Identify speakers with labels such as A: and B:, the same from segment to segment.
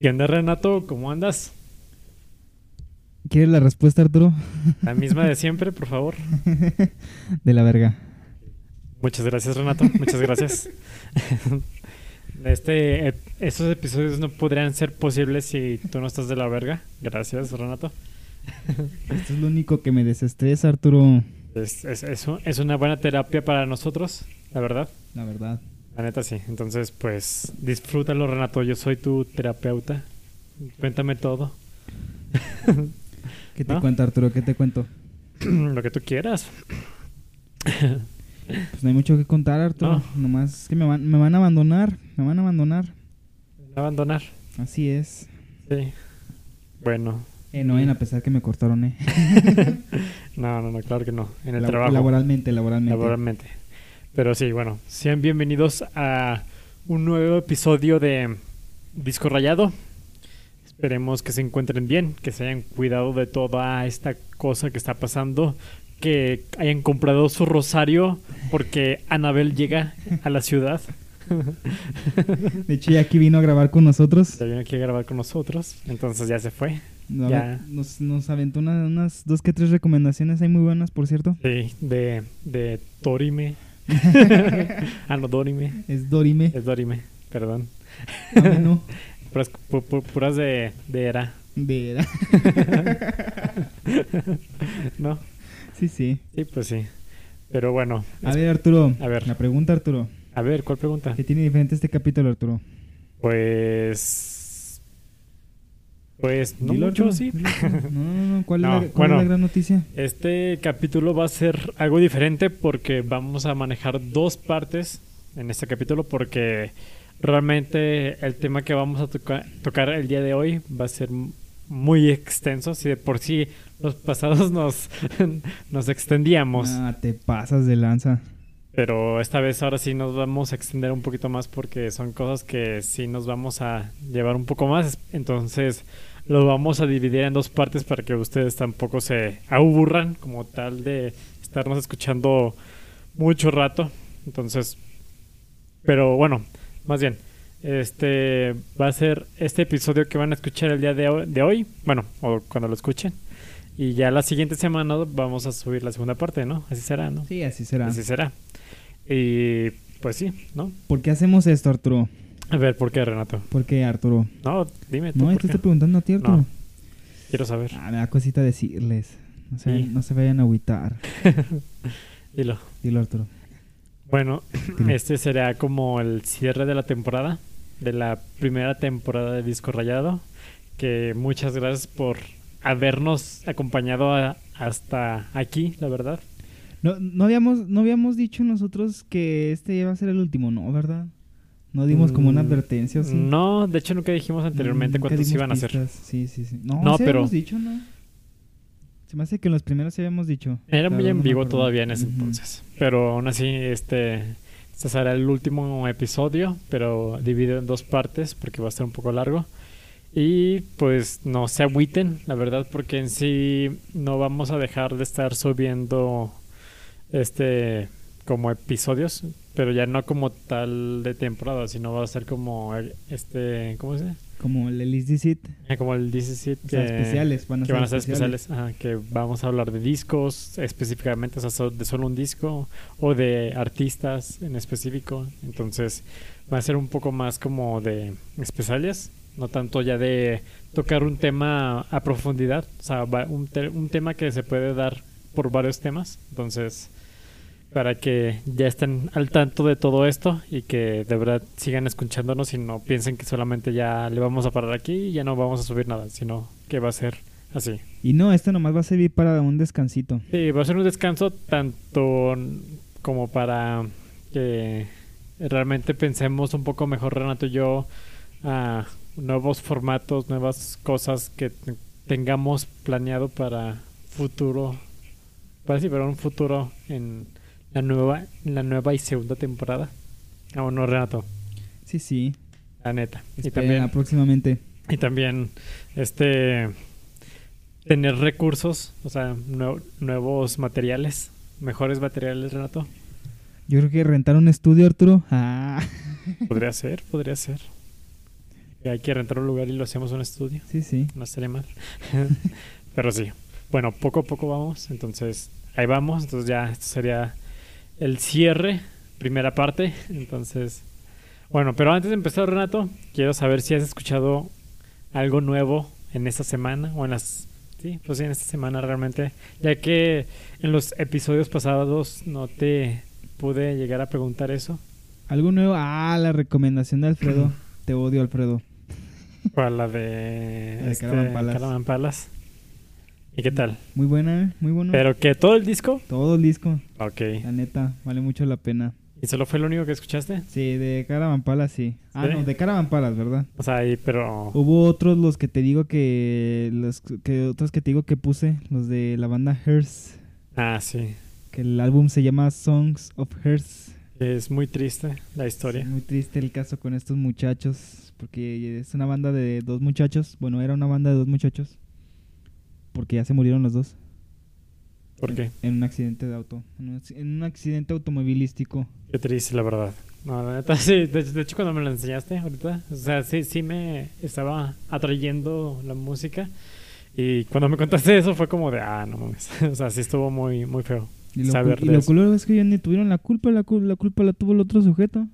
A: ¿Qué onda, Renato? ¿Cómo andas?
B: ¿Quieres la respuesta, Arturo?
A: La misma de siempre, por favor.
B: De la verga.
A: Muchas gracias, Renato. Muchas gracias. Este, eh, estos episodios no podrían ser posibles si tú no estás de la verga. Gracias, Renato.
B: Esto es lo único que me desestresa, Arturo.
A: Es, es, es un- es una buena terapia para nosotros, la verdad.
B: La verdad.
A: La neta sí. Entonces, pues, disfrútalo, Renato. Yo soy tu terapeuta. Cuéntame todo.
B: ¿Qué te
A: ¿No?
B: cuento, Arturo? ¿Qué te cuento?
A: Lo que tú quieras.
B: Pues no hay mucho que contar, Arturo.
A: No.
B: Nomás que me van, me van a abandonar. Me van a abandonar.
A: Abandonar.
B: Así es.
A: Sí. Bueno.
B: Eh,
A: Mm.
B: no vayan a pensar que me cortaron, ¿eh?
A: No, no, no, claro que no. En el
B: Labo-
A: trabajo.
B: Laboralmente, laboralmente.
A: laboralmente. Pero sí, bueno, sean bienvenidos a un nuevo episodio de Disco Rayado. Esperemos que se encuentren bien, que se hayan cuidado de toda esta cosa que está pasando, que hayan comprado su rosario porque Anabel llega a la ciudad.
B: De hecho, ya aquí vino a grabar con nosotros.
A: Se vino aquí a grabar con nosotros, entonces ya se fue.
B: A
A: Ya.
B: ver, Nos, nos aventó una- unas dos que tres recomendaciones ahí muy buenas, por cierto.
A: Sí, de, de Torime. ah, no, Dorime.
B: Es Dorime.
A: Es Dorime, perdón.
B: Ah, no.
A: Puras, pu- pu- puras de, de era.
B: De...
A: ¿No?
B: sí, sí.
A: Sí, pues sí. Pero bueno,
B: A ver, Arturo.
A: A ver. Ah.
B: La pregunta, Arturo.
A: a ver, ¿cuál pregunta?
B: ¿Qué tiene diferente este capítulo, Arturo?
A: Pues. Pues no
B: Dilo,
A: mucho,
B: Arturo,
A: sí.
B: dilo, Arturo. No, no, no. ¿Cuál,
A: No,
B: es, la, cuál es la
A: bueno.
B: gran noticia?
A: Este capítulo va a ser algo diferente porque vamos a manejar dos partes en este capítulo porque realmente el tema que vamos a toca- tocar el día de hoy va a ser m- muy extenso. Si de por sí los pasados nos, nos extendíamos.
B: Ah, te pasas de lanza.
A: Pero esta vez ahora sí nos vamos a extender un poquito más porque son cosas que sí nos vamos a llevar un poco más. Entonces lo vamos a dividir en dos partes para que ustedes tampoco se aburran como tal de estarnos escuchando mucho rato. Entonces, pero bueno, más bien, este va a ser este episodio que van a escuchar el día de ho- de hoy, bueno, o cuando lo escuchen. Y ya la siguiente semana vamos a subir la segunda parte, ¿no? Así será, ¿no?
B: Sí, así será.
A: Así será. Y pues sí, ¿no?
B: ¿Por qué hacemos esto, Arturo?
A: A ver, ¿por qué, Renato?
B: ¿Por qué, Arturo?
A: No, dime tú.
B: No, este
A: por
B: esto
A: qué.
B: estoy preguntando a ti, Arturo.
A: No. Quiero saber.
B: Ah, me da cosita decirles. No se,
A: Sí.
B: no se vayan a agüitar.
A: Dilo.
B: Dilo, Arturo.
A: Bueno,
B: Dime.
A: este será como el cierre de la temporada, de la primera temporada de Disco Rayado. Que muchas gracias por habernos acompañado a- hasta aquí, la verdad.
B: No, no, habíamos, no habíamos dicho nosotros que este iba a ser el último, ¿no? ¿Verdad? No dimos como una
A: Mm,
B: advertencia, ¿o ¿sí? Mm,
A: No, de hecho nunca dijimos anteriormente
B: Nunca
A: cuántos
B: dimos
A: iban a ser.
B: pistas. Sí, sí, sí. No,
A: No,
B: sí
A: pero-
B: habíamos dicho, ¿no? Se me hace que en los primeros sí habíamos dicho.
A: Era
B: La
A: muy
B: verdad
A: en
B: no me
A: vivo
B: acuerdo.
A: todavía en ese
B: Ujú.
A: entonces. Pero aún así, este, este será el último episodio, pero dividido en dos partes porque va a estar un poco largo. Y pues no se agüiten, la verdad, porque en sí no vamos a dejar de estar subiendo este como episodios, pero ya no como tal de temporada, sino va a ser como el- este, ¿cómo se dice?
B: Como el Elise Dicit.
A: Eh, Como el 17
B: O sea, especiales. Van a
A: que
B: ser
A: van a ser especiales, ajá, que vamos a hablar de discos específicamente, o sea, so- de solo un disco o de artistas en específico. Entonces, va a ser un poco más como de especiales, no tanto ya de tocar un tema a profundidad, o sea, va- un, te- un tema que se puede dar por varios temas. Entonces, para que ya estén al tanto de todo esto y que de verdad sigan escuchándonos y no piensen que solamente ya le vamos a parar aquí y ya no vamos a subir nada, sino que va a ser así.
B: Y no, este nomás va a servir para un descansito.
A: Sí, va a ser un descanso tanto como para que realmente pensemos un poco mejor Renato y yo a nuevos formatos, nuevas cosas que te- tengamos planeado para futuro, para sí, para un futuro en la nueva, en la nueva y segunda temporada. Ah, bueno, Renato,
B: Sí, sí.
A: la neta. Y
B: Esperen
A: también
B: a próximamente.
A: y también este tener recursos, o sea, nue- nuevos materiales, mejores materiales, Renato.
B: Yo creo que rentar un estudio, Arturo. Ah.
A: Podría ser, podría ser. Hay que rentar un lugar y lo hacemos un estudio.
B: Sí, sí.
A: No estaría mal. Pero sí. Bueno, poco a poco vamos. Entonces, ahí vamos. Entonces ya esto sería el cierre, primera parte. Entonces, bueno, pero antes de empezar, Renato, quiero saber si has escuchado algo nuevo en esta semana o en las... Sí, pues sí, en esta semana realmente. Ya que en los episodios pasados no te pude llegar a preguntar eso.
B: ¿Algo nuevo? Ah, la recomendación de Alfredo. Te odio, Alfredo.
A: Para la de,
B: La de Caravan Palace.
A: Este, Caravan Palace. ¿Y qué tal?
B: Muy buena, ¿eh? Muy bueno.
A: ¿Pero que todo el disco?
B: Todo el disco,
A: Ok.
B: la neta, vale mucho la pena.
A: ¿Y solo fue el único que escuchaste?
B: Sí, de Caravan Palace, sí. Ah,
A: ¿Sí?
B: no, de Caravan Palace, ¿verdad?
A: O sea, ahí, pero...
B: Hubo otros los que te digo que los que otros que te digo que puse, los de la banda Hearse,
A: Ah, sí.
B: que el álbum se llama Songs of Hearse.
A: Es muy triste la historia.
B: Es muy triste el caso con estos muchachos, porque es una banda de dos muchachos, bueno, era una banda de dos muchachos, porque ya se murieron los dos
A: ¿Por qué?
B: en un accidente de auto, en un acc- en un accidente automovilístico.
A: Qué triste, la verdad. No, la neta, sí. De, de hecho, cuando me lo enseñaste ahorita, o sea, sí, sí me estaba atrayendo la música. Y cuando me contaste eso fue como de, ah, no mames. O sea, sí estuvo muy, muy feo.
B: Y lo,
A: Saber
B: cul- y
A: de
B: lo
A: eso.
B: culero es que ellos ni tuvieron la culpa, la, cul- la culpa la tuvo el otro sujeto,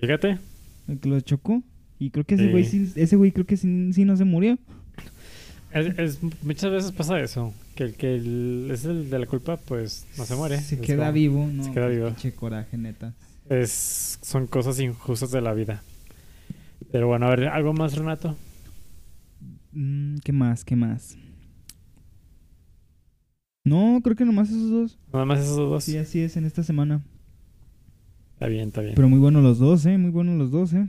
A: Fíjate.
B: el que los chocó. Y creo que ese
A: Sí.
B: güey sí- ese güey creo que sí- sí no se murió.
A: Es, es- muchas veces pasa eso, que el que el- es el de la culpa, pues no se muere.
B: Se
A: Es
B: queda
A: como-
B: vivo, ¿no?
A: queda vivo.
B: Pinche coraje, neta.
A: es- son cosas injustas de la vida. Pero bueno, a ver, ¿algo más, Renato?
B: Mm, ¿Qué más? ¿Qué más? No, creo que nomás esos dos.
A: Nada más esos dos.
B: Sí, así es en esta semana.
A: Está bien, está bien.
B: Pero muy buenos los dos, ¿eh? Muy buenos los dos, ¿eh?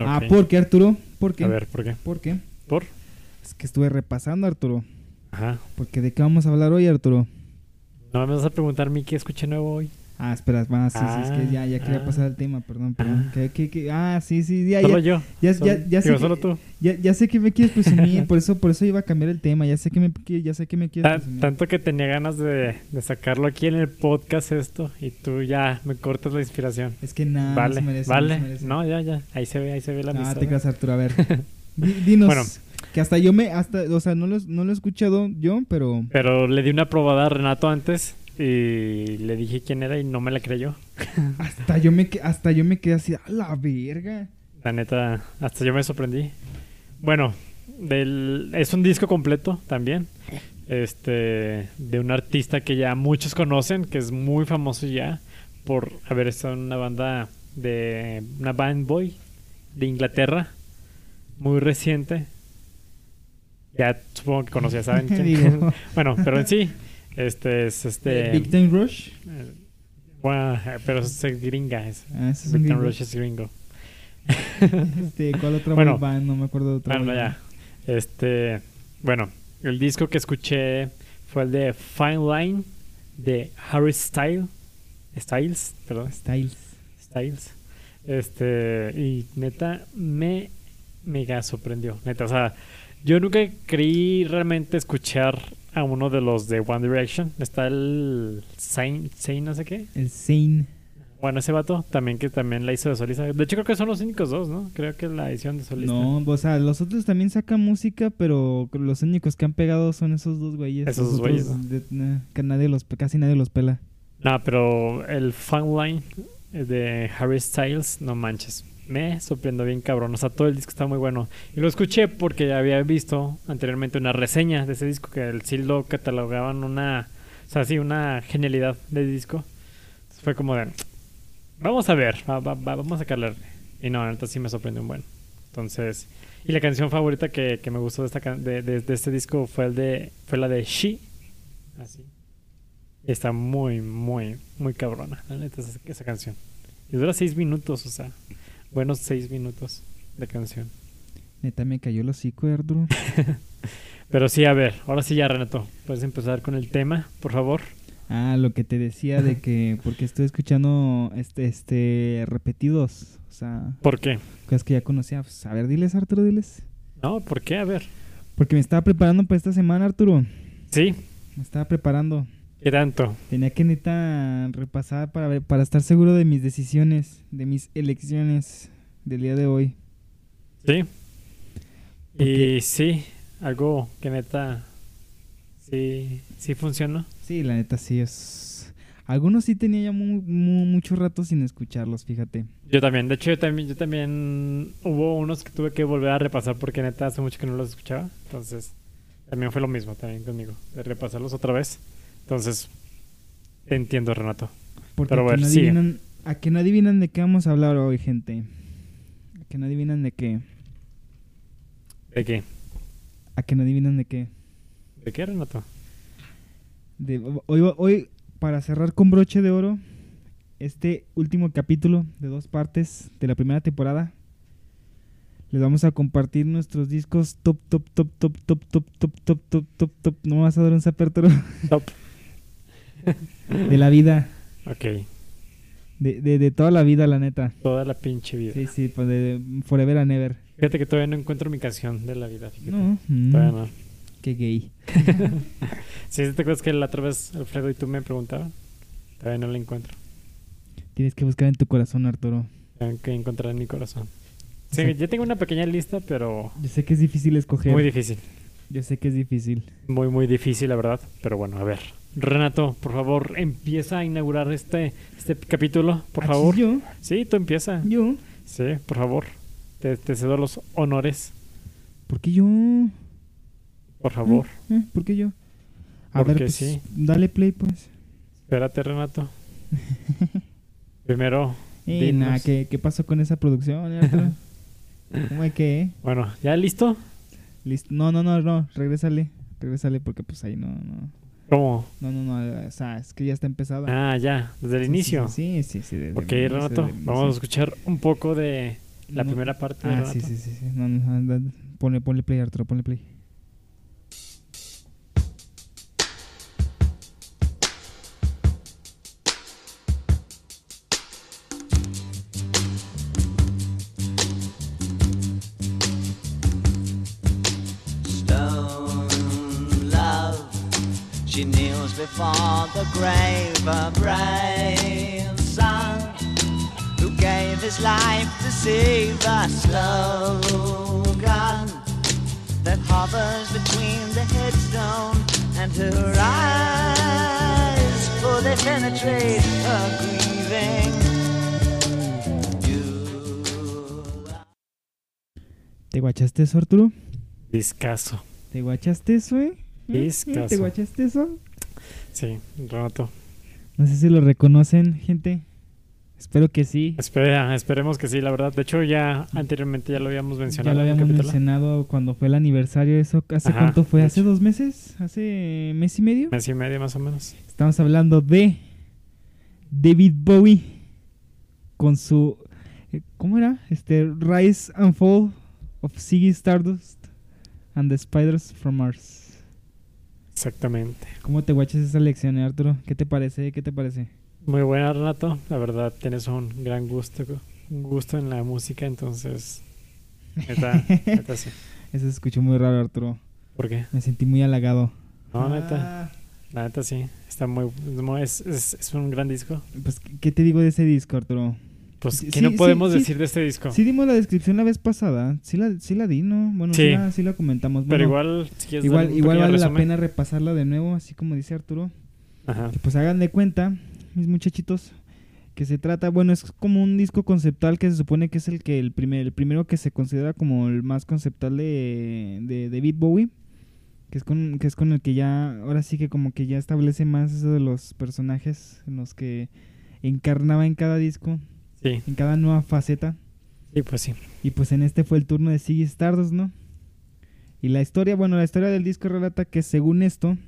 B: Ah,
A: Ok.
B: ¿por qué, Arturo? ¿Por qué?
A: A ver, ¿por qué?
B: ¿Por qué?
A: ¿Por?
B: Es que estuve repasando, Arturo.
A: Ajá.
B: Porque ¿de qué vamos a hablar hoy, Arturo?
A: No me vas a preguntar a mí qué escuché nuevo hoy.
B: Ah, espera, ah, sí, sí, es que ya, ya quería
A: Ah,
B: pasar al tema, perdón, perdón.
A: ah.
B: ¿Qué- qué- qué? Ah, sí, sí, ya,
A: solo
B: ya,
A: yo.
B: ya,
A: Solo-
B: ya- ya sé
A: digo,
B: que-
A: solo tú.
B: ya, ya sé que me quieres presumir, por eso, por eso iba a cambiar el tema, ya sé que me, que- ya sé que me quieres
A: Ta-
B: presumir.
A: tanto que tenía ganas de, de sacarlo aquí en el podcast esto y tú ya me cortas la inspiración.
B: Es que nada,
A: vale,
B: Ah, no se merece.
A: vale.
B: No, se merece.
A: No, ya, ya. Ahí se ve, ahí se ve la
B: Ah,
A: amistad.
B: te creas, Arturo. A ver, Di- dinos.
A: Bueno.
B: Que hasta yo me, hasta, o sea, no lo, no lo he escuchado yo, pero
A: Pero le di una probada a Renato antes y le dije quién era y no me la creyó.
B: hasta yo me, que- hasta yo me quedé así, a la verga.
A: La neta, hasta yo me sorprendí. Bueno, del, es un disco completo también. Este, de un artista que ya muchos conocen, que es muy famoso ya por haber estado en una banda de una band boy de Inglaterra, muy reciente. Ya supongo que conocía, saben quién.
B: Digo.
A: bueno, pero en sí, este es este.
B: Big Time Rush.
A: eh, bueno, pero es gringa, es,
B: Ah, ese es un
A: Big Time
B: gringo.
A: Rush es gringo.
B: Este, ¿cuál otra
A: Bueno.
B: boy band? No me acuerdo de otra.
A: Bueno,
B: boy
A: ya. Este, bueno, el disco que escuché fue el de Fine Line de Harry Styles. Styles, perdón,
B: band. Styles.
A: Styles. Este, y neta, me mega sorprendió. Neta, o sea, yo nunca creí realmente escuchar a uno de los de One Direction. Está el Saint, Saint no sé qué.
B: El Zane.
A: Bueno, ese vato también que también la hizo de solista. De hecho, creo que son los únicos dos, ¿no? Creo que la edición de solista.
B: No, o sea, los otros también sacan música, pero los únicos que han pegado son esos dos güeyes.
A: Esos
B: Los
A: dos güeyes,
B: otros de- na- que nadie los, pe- casi nadie los pela.
A: No, pero el fan line de Harry Styles, no manches. Me sorprendió bien cabrón. O sea, todo el disco está muy bueno. Y lo escuché porque ya había visto anteriormente una reseña de ese disco que el sí lo catalogaban una. O sea, sí, una genialidad de disco. Entonces fue como de. Vamos a ver, va- va- va- vamos a calarle. Y no, entonces sí me sorprendió un buen. Entonces. Y la canción favorita que, que me gustó de, esta, can- de, de- de este disco fue, el de, fue la de She. Así. Está muy, muy, muy cabrona, la neta, esa, esa canción. Y dura seis minutos, o sea, buenos seis minutos de canción.
B: Neta, me cayó el hocico, Arturo.
A: Pero sí, a ver, ahora sí ya, Renato, puedes empezar con el tema, por favor.
B: Ah, lo que te decía de que porque estoy escuchando este este repetidos, o sea,
A: ¿Por qué?
B: cosas que ya conocía. Pues, a ver, diles Arturo, diles.
A: No, ¿por qué? A ver.
B: Porque me estaba preparando para esta semana, Arturo.
A: Sí,
B: Me estaba preparando.
A: ¿qué tanto?
B: Tenía que neta repasar para ver, para estar seguro de mis decisiones, de mis elecciones del día de hoy.
A: Sí, Y sí, algo que neta sí, sí funcionó.
B: Sí, la neta sí es. Algunos sí tenía ya mu- mu- mucho rato sin escucharlos, fíjate.
A: Yo también, de hecho yo también, yo también hubo unos que tuve que volver a repasar porque neta hace mucho que no los escuchaba. Entonces, también fue lo mismo también conmigo, de repasarlos otra vez. Entonces, te entiendo Renato.
B: Porque
A: Pero
B: a, que
A: bueno,
B: no
A: sigue.
B: adivinan, a que no adivinan de qué vamos a hablar hoy, gente. A que no adivinan de qué.
A: ¿De qué?
B: A que no adivinan de qué.
A: ¿De qué Renato?
B: De- hoy, hoy, para cerrar con broche de oro, este último capítulo de dos partes de la primera temporada, les vamos a compartir nuestros discos top, top, top, top, top, top, top, top, top, top, top. No me vas a dar un zapertero
A: Top.
B: de la vida,
A: Ok,
B: de, de, de toda la vida, la neta.
A: toda la pinche vida.
B: Sí, sí, pues de Forever and Ever.
A: Fíjate que todavía no encuentro mi canción de la vida. Fíjate.
B: No, mm,
A: Todavía no.
B: qué gay.
A: Sí, ¿te acuerdas que la otra vez Alfredo y tú me preguntaban? Todavía no la encuentro.
B: Tienes que buscar en tu corazón, Arturo.
A: Tengo que encontrar en mi corazón.
B: Sí.
A: Sí, yo tengo una pequeña lista, pero
B: Yo sé que es difícil escoger.
A: muy difícil.
B: Yo sé que es difícil.
A: Muy, muy difícil, la verdad. Pero bueno, a ver. Renato, por favor, empieza a inaugurar este, este capítulo, por
B: Aquí
A: favor.
B: Yo,
A: Sí, tú empieza.
B: yo.
A: Sí, por favor. Te, te cedo los honores,
B: ¿Por qué yo?
A: por favor.
B: ¿Eh? ¿Por qué yo? A
A: Porque
B: ver, pues,
A: sí.
B: dale play, pues.
A: Espérate, Renato. Primero,
B: Eh, nah,
A: Dinos.
B: ¿qué, ¿Qué pasó con esa producción, eh, Arturo? ¿Cómo es que? eh?
A: bueno, ¿ya listo?
B: Listo. No, no, no, no. Regrésale. Regrésale porque, pues, ahí no, no.
A: ¿Cómo?
B: No, no, no. O sea, es que ya está empezada.
A: Ah, ya, desde el
B: Sí, sí,
A: inicio.
B: Sí, sí, sí. desde el
A: Ok,
B: inicio,
A: Renato,
B: desde el
A: vamos a
B: inicio.
A: escuchar un poco de la
B: No.
A: primera parte. de
B: Ah,
A: Renato.
B: sí, sí, sí. sí. No, no, anda, ponle, ponle play, Arturo, ponle play.
C: Stone love, she kneels before the grave, her brave son, who gave his life to save a slogan that hovers between the headstone and her eyes, for they penetrate her grieving. You
B: ¿Te guachaste eso, Arturo?
A: Discaso.
B: ¿Te guachaste eso, eh? ¿Eh?
A: Discazo.
B: ¿Te guachaste eso?
A: Sí, Renato.
B: No sé si lo reconocen, gente. Espero que sí.
A: Espera, esperemos que sí, la verdad. De hecho, ya anteriormente ya lo habíamos mencionado.
B: Ya lo
A: en el
B: habíamos
A: capítulo.
B: mencionado cuando fue el aniversario. ¿Eso hace
A: Ajá,
B: cuánto fue?
A: de
B: ¿Hace
A: hecho.
B: dos meses? ¿Hace mes y medio?
A: Mes y medio más o menos.
B: Estamos hablando de David Bowie con su. eh, ¿Cómo era? Este Rise and Fall of Ziggy Stardust and the Spiders from Mars.
A: Exactamente.
B: ¿Cómo te guachas esa lección, eh, Arturo? ¿Qué te parece? ¿Qué te parece?
A: Muy buena, Renato. La verdad, tienes un gran gusto, un gusto en la música, entonces. Neta, neta sí.
B: Eso se escuchó muy raro, Arturo.
A: ¿Por qué?
B: Me sentí muy halagado.
A: No, neta.
B: Ah,
A: La neta sí. Está muy. Es, es, es un gran disco.
B: Pues, ¿qué te digo de ese disco, Arturo?
A: Pues,
B: Sí,
A: ¿qué no
B: sí,
A: podemos
B: sí.
A: decir de este disco?
B: Sí dimos la descripción la vez pasada, sí la, sí la di, ¿no? Bueno, sí,
A: Sí.
B: la, sí la comentamos.
A: Pero
B: Bueno,
A: igual, si quieres
B: igual,
A: dar un
B: igual
A: pequeño
B: vale la
A: resumen.
B: pena repasarla de nuevo, así como dice Arturo.
A: Ajá.
B: Que, pues hagan de cuenta, mis muchachitos, que se trata, bueno, es como un disco conceptual que se supone que es el que el, primer, el primero que se considera como el más conceptual de, de David Bowie. Que es, con, que es con el que ya, ahora sí que como que ya establece más eso de los personajes en los que encarnaba en cada disco,
A: Sí,
B: en cada nueva faceta.
A: sí, pues sí.
B: Y pues en este fue el turno de Ziggy Stardust, ¿no? Y la historia, bueno, la historia del disco relata que según esto,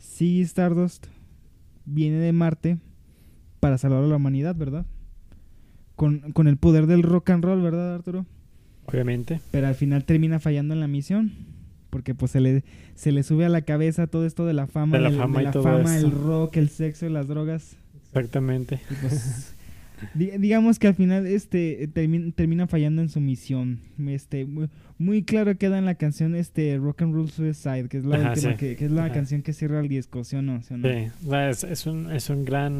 B: Ziggy Stardust viene de Marte para salvar a la humanidad, ¿verdad? Con, con el poder del rock and roll, ¿verdad, Arturo?
A: Obviamente.
B: Pero al final termina fallando en la misión. Porque pues se le, se le sube a la cabeza todo esto de la fama,
A: De la
B: del-
A: fama y todo
B: fama,
A: eso.
B: el rock, el sexo, las drogas.
A: Exactamente.
B: Y, pues, di- digamos que al final este eh, termi- termina fallando en su misión. Este muy, muy claro queda en la canción este Rock and Roll Suicide, que es la
A: Ajá,
B: última
A: sí.
B: que, que es la
A: Ajá.
B: canción que cierra el disco, ¿sí o no? ¿Sí o no?
A: Sí, o sea, es, es un, es un gran,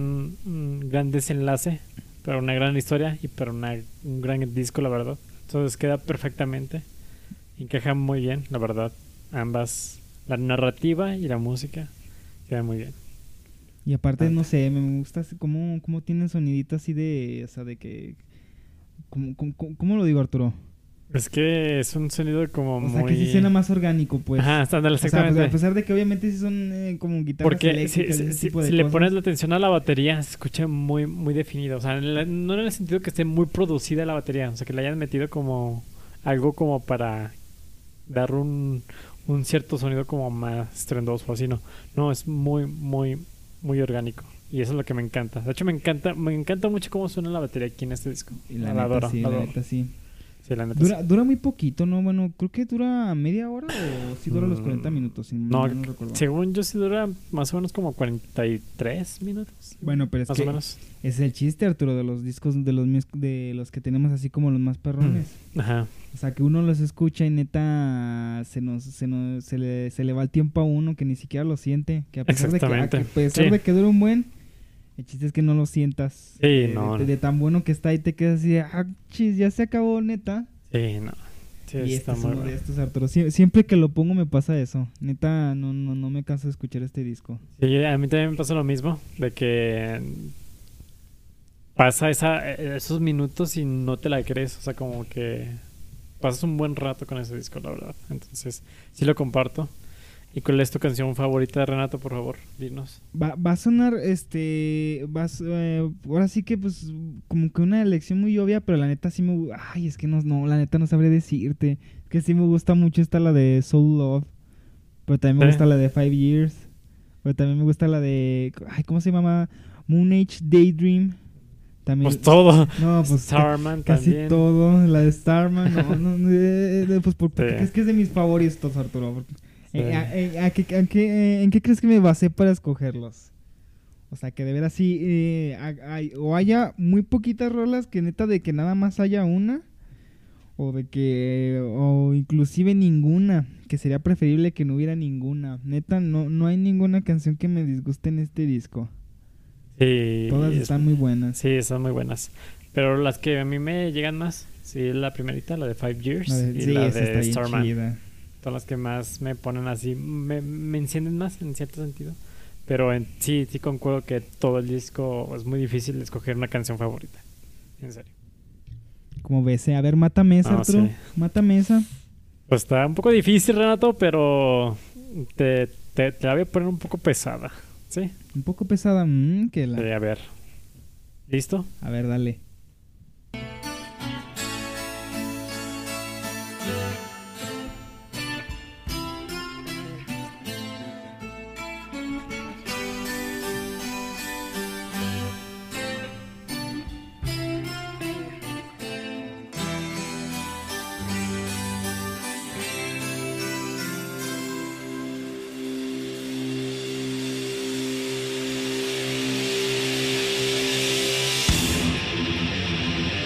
A: un gran desenlace para una gran historia y para una- un gran disco, la verdad. Entonces queda perfectamente. encajan muy bien, la verdad. Ambas, la narrativa y la música, quedan muy bien.
B: Y aparte,
A: Ah.
B: no sé, me gusta así cómo, cómo tienen sonidito así de. O sea, de que. ¿Cómo, cómo, cómo- cómo lo digo, Arturo?
A: Es que es un sonido como
B: O
A: muy...
B: sea, que sí suena más orgánico, pues.
A: Ajá, está- ándale,
B: O sea, pues,
A: exactamente.
B: a pesar de que obviamente sí son eh, como guitarras
A: Porque si,
B: eléctricas y
A: si-
B: ese
A: si-
B: tipo de
A: si le
B: cosas.
A: pones la atención a la batería, se escucha muy, muy definida. O sea, en la- no en el sentido que esté muy producida la batería. O sea, que le hayan metido como algo como para dar un, un cierto sonido como más estrendoso, así no. No, es muy, muy, muy orgánico. Y eso es lo que me encanta. De hecho, me encanta, me encanta mucho cómo suena la batería aquí en este disco.
B: Y la
A: La
B: neta,
A: adoro,
B: sí,
A: la
B: la
A: adoro.
B: neta, sí.
A: Sí, la neta
B: Dura,
A: sí.
B: dura muy poquito, ¿no? Bueno, creo que dura media hora o sí dura los
A: Mm,
B: 40 minutos. Si
A: no,
B: no, no recuerdo.
A: Según yo, sí dura más o menos como 43 minutos.
B: Bueno, pero es
A: más
B: que
A: o menos.
B: es el chiste, Arturo, de los discos de los mis- de los que tenemos así como los más perrones.
A: Ajá.
B: O sea, que uno los escucha y neta se nos, se nos se le, se le va el tiempo a uno que ni siquiera lo siente, que a pesar de que, a
A: Exactamente.
B: pesar
A: Sí.
B: de que dura un buen el chiste es que no lo sientas.
A: Sí,
B: eh,
A: no.
B: de, de tan bueno que está y te quedas así, de, ah, chis, ya se acabó, neta.
A: Sí, no. Sí,
B: y este
A: está
B: es
A: muy
B: uno de
A: bueno.
B: estos, Arturo. Sie- siempre que lo pongo me pasa eso. Neta, no, no, no me canso de escuchar este disco.
A: Sí, a mí también me pasa lo mismo, de que pasa esa, e, esos minutos y no te la crees, o sea, como que pasas un buen rato con ese disco, la verdad. Entonces, sí lo comparto. ¿Y cuál es tu canción favorita, Renato, por favor? Dinos.
B: Va, va a sonar, este, va a s- eh, ahora sí que pues como que una elección muy obvia, pero la neta sí me, gu- ay, es que no, no, la neta no sabré decirte, es que sí me gusta mucho esta la de Soul Love, pero también me
A: Sí.
B: gusta la de Five Years, pero también me gusta la de, ay, ¿cómo se llama? Moon Age Daydream, también,
A: Pues todo.
B: no, pues ca-
A: Starman
B: casi
A: también.
B: todo, la de Starman, no, no, no, eh, eh, pues por- porque
A: Sí.
B: es que es de mis favoritos, Arturo, porque-
A: Sí.
B: eh, a- eh, a qué- a qué, eh, ¿En qué crees que me basé para escogerlos? O sea, que de veras sí, eh, ha- hay- o haya muy poquitas rolas que neta de que nada más haya una, o de que, o inclusive ninguna, que sería preferible que no hubiera ninguna. Neta, no, no hay ninguna canción que me disguste en este disco.
A: Sí,
B: Todas
A: es-
B: están muy buenas.
A: sí, están muy buenas. Pero las que a mí me llegan más, sí, la primerita, la de Five Years
B: La de-
A: y
B: sí,
A: la
B: esa
A: de
B: bien
A: Starman.
B: chida.
A: Son las que más me ponen así, me, me encienden más en cierto sentido. Pero en, sí, sí concuerdo que todo el disco es muy difícil escoger una canción favorita. En serio.
B: Como ves, eh, a ver, mátame esa,
A: No,
B: Arturo.
A: Ah, sí.
B: Mátame esa.
A: Pues está un poco difícil, Renato, pero te, te, te la voy a poner un poco pesada. ¿Sí?
B: Un poco pesada. mm, que la...
A: Eh, a ver. ¿Listo?
B: A ver, dale.
A: ¿Te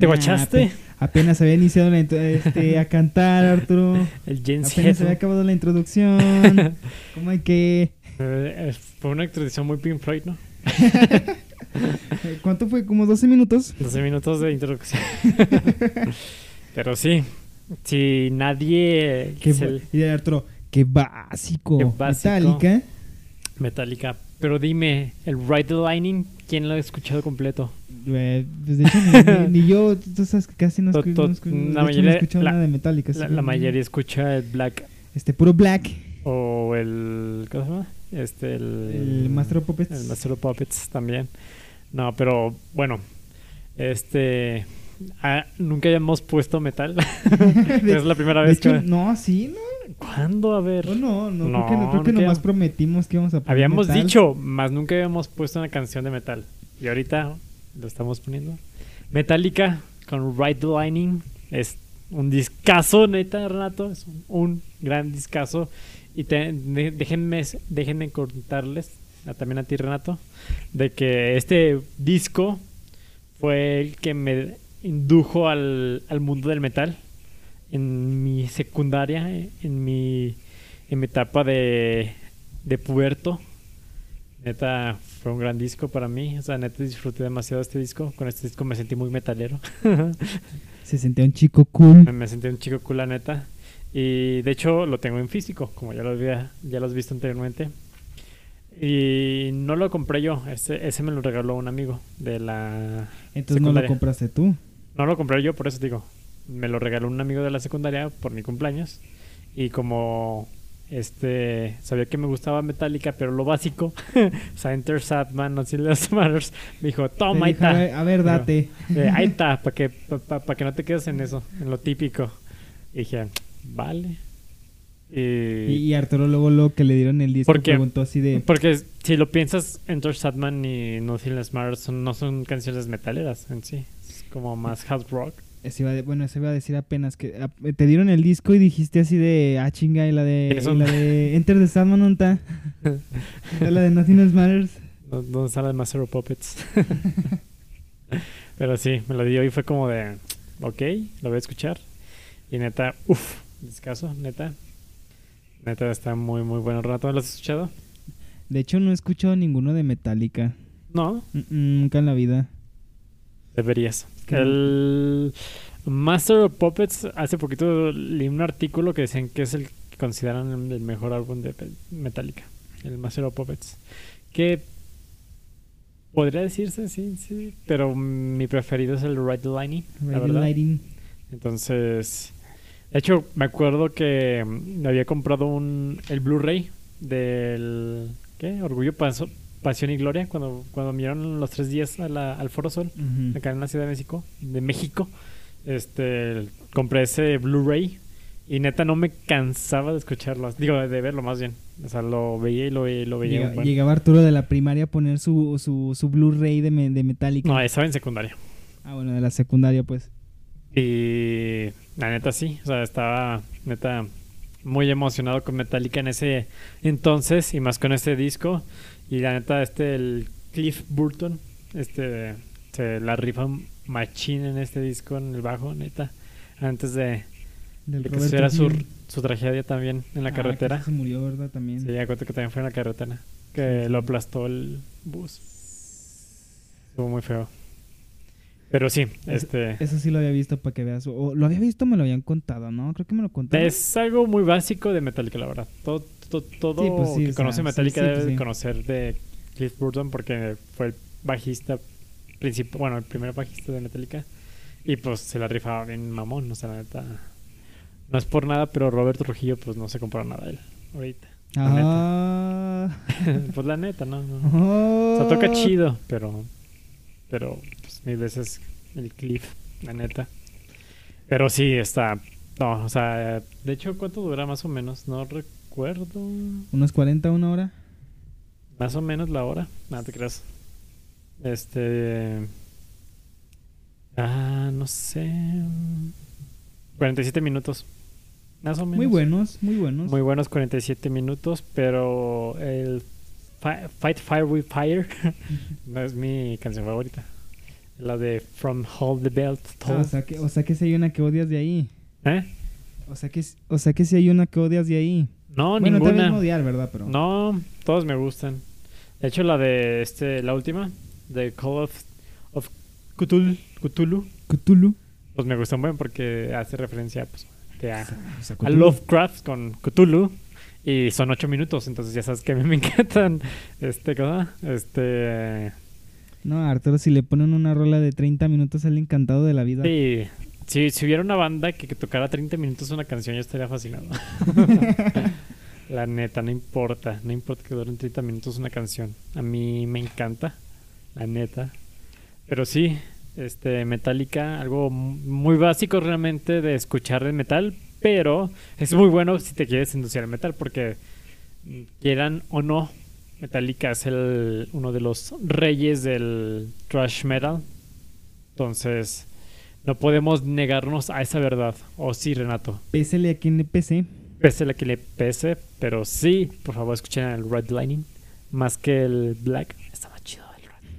B: Ah,
A: guachaste?
B: ape- apenas había iniciado la intro- este, a cantar, Arturo.
A: El James
B: Apenas había
A: Hetfield.
B: acabado la introducción. ¿Cómo hay que.?
A: Eh, eh, Fue una introducción muy Pink Floyd, ¿no?
B: ¿Cuánto fue? ¿Como 12 minutos?
A: 12 minutos de introducción. pero sí. Si nadie.
B: Qué
A: se-
B: bu- Y de Arturo, qué básico.
A: Qué básico.
B: Metallica.
A: Metallica. Pero dime, el Ride the Lightning, ¿quién lo ha escuchado completo?
B: Eh, pues de hecho, ni, ni- ni yo, tú sabes que casi no,
A: To-
B: escu-
A: to-
B: no
A: la
B: escu- de hecho, no
A: mayoría-
B: he escuchado
A: la-
B: nada de Metallica.
A: La,
B: así
A: la
B: que-
A: mayoría Eh, escucha el Black
B: Este, puro Black.
A: o el. ¿Cómo se llama? Este, el.
B: El Master of Puppets.
A: el Master of Puppets también. No, pero bueno. Este. ah, nunca habíamos puesto metal.
B: De-
A: es la primera
B: de
A: vez
B: hecho,
A: que.
B: no, sí, no.
A: ¿Cuándo? A ver.
B: No, no, no,
A: No,
B: creo que, no, creo que
A: nunca
B: nomás
A: habíamos-
B: prometimos que íbamos a poner
A: Habíamos
B: metal.
A: dicho, más nunca habíamos puesto una canción de metal. Y ahorita lo estamos poniendo. Metallica con Ride the Lightning es un discazo, neta, Renato. Es un, un gran discazo. Y te- de- déjenme, déjenme contarles, a- también a ti, Renato, de que este disco fue el que me indujo al, al mundo del metal en mi secundaria, en mi, en mi etapa de, de puberto. Neta, fue un gran disco para mí. O sea, neta, disfruté demasiado este disco. Con este disco me sentí muy metalero.
B: Se sentía un chico cool.
A: Me- Me sentí un chico cool, la neta. Y de hecho lo tengo en físico, como ya lo había, ya lo has visto anteriormente. Y no lo compré yo, ese, ese me lo regaló un amigo de la...
B: Entonces no lo
A: secundaria.
B: compraste tú.
A: No lo compré yo, por eso te digo. Me lo regaló un amigo de la secundaria por mi cumpleaños. Y como este sabía que me gustaba Metallica, pero lo básico, o sea, Enter Sadman, No Silence Matters, me dijo,
B: Te
A: toma, ahí
B: dije, a ver-
A: está.
B: a ver,
A: Pero-
B: date.
A: Eh, ahí está, para que, pa- pa- pa' que no te quedes en eso, en lo típico. Y dije, vale. Y, eh,
B: Y, y Arturo luego lo que le dieron el disco
A: ¿Por qué?
B: preguntó así de
A: Porque si lo piensas, Enter Sadman y Nothing Less Matters son- no son canciones metaleras en sí. Es como más house rock.
B: se iba de- bueno, se iba a decir apenas que a- te dieron el disco y dijiste así de ah chinga y la de
A: Eso-
B: y la de Enter the Sandman ¿dónde está? Está la de Nothing Else Matters.
A: ¿Dó- ¿Dónde están las Master of Puppets? Pero sí, me lo dio y fue como de, ok, lo voy a escuchar. Y neta, uff, descaso, neta. Neta está muy, muy bueno. Renato, ¿lo has escuchado?
B: De hecho no he escuchado ninguno de Metallica.
A: No,
B: Mm, mm, nunca en la vida.
A: Deberías.
B: que-
A: El Master of Puppets hace poquito leí un artículo que decían que es el que consideran el mejor álbum de Pe- Metallica, el Master of Puppets. Que podría decirse, sí, sí, pero mi preferido es el Red Lining, la
B: Radio
A: verdad.
B: Lighting.
A: Entonces, de hecho, me acuerdo que mm, me había comprado un el Blu-ray del ¿qué? Orgullo, Paso- Pasión y Gloria cuando cuando vinieron los tres días a la- al Foro Sol
B: Ujú.
A: acá en la Ciudad de México, de México. Este, compré ese Blu-ray y neta no me cansaba de escucharlo, digo, de verlo más bien. O sea, lo veía y lo veía y lo veía.
B: Llega-
A: un buen.
B: llegaba Arturo de la primaria a poner su, su, su Blu-ray de, me- de Metallica.
A: No, estaba en secundaria.
B: Ah, bueno, de la secundaria pues.
A: Y la neta sí, o sea, estaba neta muy emocionado con Metallica en ese entonces y más con este disco. Y la neta, este, el Cliff Burton, este, se la rifa machín en este disco, en el bajo, neta. Antes de,
B: Del
A: De que
B: Roberto
A: era su,
B: Gil.
A: su tragedia también en la
B: Ah,
A: carretera.
B: que se murió, ¿verdad? También.
A: Se da cuenta que también fue en la carretera. Que lo aplastó el bus. Estuvo muy feo. Pero sí, este.
B: Eso sí lo había visto para que veas. O lo había visto, me lo habían contado, ¿no? Creo que me lo contaron.
A: Es algo muy básico de Metallica, la verdad. Todo, todo, todo
B: Sí, pues sí,
A: que
B: o sea,
A: conoce
B: sí,
A: Metallica
B: sí,
A: debe
B: pues sí.
A: conocer de Cliff Burton porque fue el bajista principal, bueno, el primer bajista de Metallica. Y pues se la rifaba bien mamón, o sea, la neta. No es por nada, pero Robert Trujillo pues no se compara nada a él ahorita. la neta.
B: Ah.
A: pues la neta, no, no. O sea,
B: Mm.
A: toca chido, pero. Pero, pues, mil veces el cliff, la neta. Pero sí, está. No, o sea, de hecho, ¿cuánto dura más o menos? No recuerdo.
B: Unos 40, una hora.
A: Más o menos la hora. Nada, te creas. Este. Ah, no sé. 47 minutos. Más o menos.
B: Muy buenos, muy buenos.
A: Muy buenos 47 minutos, pero el Fi- Fight Fire with Fire no es mi canción favorita. La de From Hold the Belt to
B: Ah, o, sea que, o sea que si hay una que odias de ahí.
A: ¿Eh?
B: O sea que, o sea que si hay una que odias de ahí.
A: No,
B: bueno, tal vez no
A: ninguna.
B: odiar, ¿verdad? Pero
A: No, todas me gustan. De hecho, la de este, la última, de Call of, of Cthulhu, Cthulhu,
B: Cthulhu.
A: pues me gustan bien porque hace referencia pues, que a,
B: O sea,
A: a
B: Cthulhu.
A: Lovecraft con Cthulhu y son ocho minutos, entonces ya sabes que a mí me encantan este cosa, este
B: No, a Arturo, si le ponen una rola de 30 minutos al encantado de la vida.
A: sí, si, si hubiera una banda que, que tocara 30 minutos una canción yo estaría fascinado. La neta, no importa, no importa que duren 30 minutos una canción. A mí me encanta, la neta. Pero sí, este Metallica, algo mu- muy básico realmente de escuchar el metal, pero es muy bueno si te quieres inducir al metal porque mm, quieran o no, Metallica es el uno de los reyes del thrash metal. Entonces, No podemos negarnos a esa verdad. O sí, Renato.
B: Pésele a quien le pese.
A: Pese a la que le pese, pero sí, por favor, escuchen el Red Lightning. Más que el Black. Está más chido el Red.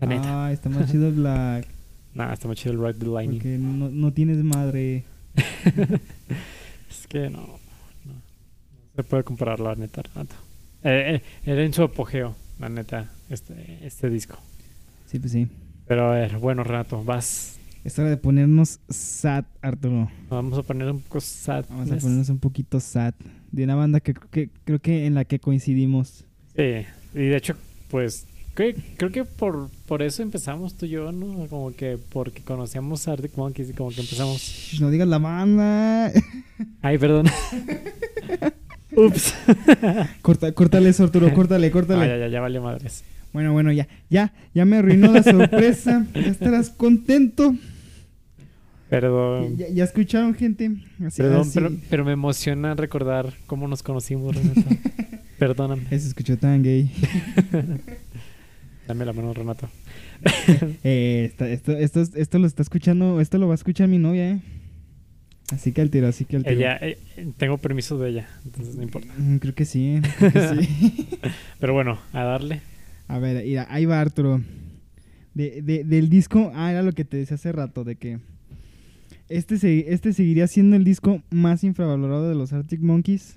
A: La neta.
B: Ah, está más chido el Black.
A: Nah, está más chido el Red Lightning.
B: Porque no, no tienes madre.
A: es que no, no. no se puede comparar, la neta, Renato. Eh, eh, era en su apogeo, la neta, este, este disco.
B: Sí, pues sí.
A: Pero a ver, bueno, Renato, vas.
B: Es hora de ponernos sad, Arturo.
A: Nos Vamos a poner un poco sad.
B: Vamos a ponernos un poquito sad. De una banda que, creo que creo que en la que coincidimos.
A: Sí, y de hecho, pues cre- creo que por, por eso empezamos tú y yo, ¿no? Como que porque conocíamos a Arctic Monkeys y como que empezamos.
B: Shh, No digas la banda.
A: Ay, perdón. Ups.
B: Corta, córtale eso, Arturo. Córtale, córtale.
A: Ah, ya, ya, ya valió madres.
B: Bueno, bueno, ya. Ya, ya me arruinó la sorpresa. ya estarás contento.
A: Perdón.
B: Ya, ya escucharon, gente. Así,
A: Perdón,
B: así-
A: pero, pero me emociona recordar cómo nos conocimos, Renato. Perdóname.
B: Se escuchó tan gay.
A: Dame la mano, Renato.
B: Eh, esta- esto, esto, es- esto lo está escuchando, esto lo va a escuchar mi novia, eh. Así que al tiro, así que al tiro.
A: Ella, eh, tengo permiso de ella, entonces no importa.
B: Mm, Creo que sí, eh, creo que sí.
A: Pero bueno, a darle.
B: a ver, mira, ahí va Arturo. De, de- del disco, ah, era lo que te decía hace rato, de que este, se- este seguiría siendo el disco más infravalorado de los Arctic Monkeys.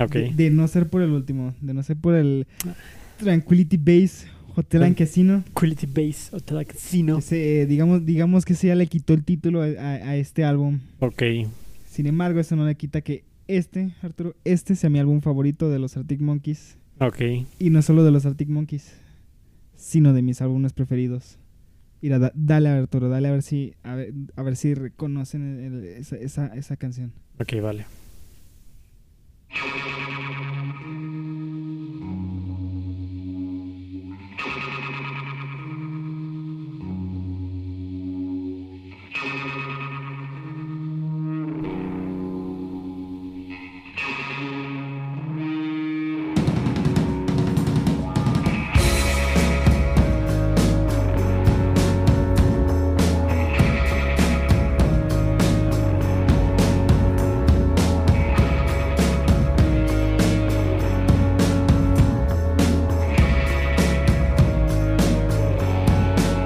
A: Ok.
B: De, de no ser por el último, de no ser por el Tranquility Base Hotel
A: Pues
B: and Casino.
A: Quality Base Hotel Casino.
B: Ese, eh, digamos, digamos que ese ya le quitó el título a- a- a este álbum.
A: Ok.
B: Sin embargo, eso no le quita que este, Arturo, este sea mi álbum favorito de los Arctic Monkeys.
A: Ok.
B: Y no solo de los Arctic Monkeys, sino de mis álbumes preferidos. Mira, da- dale a Arturo, dale a ver si, a ver, a ver si reconocen el- el- esa, esa- esa canción.
A: Ok, vale.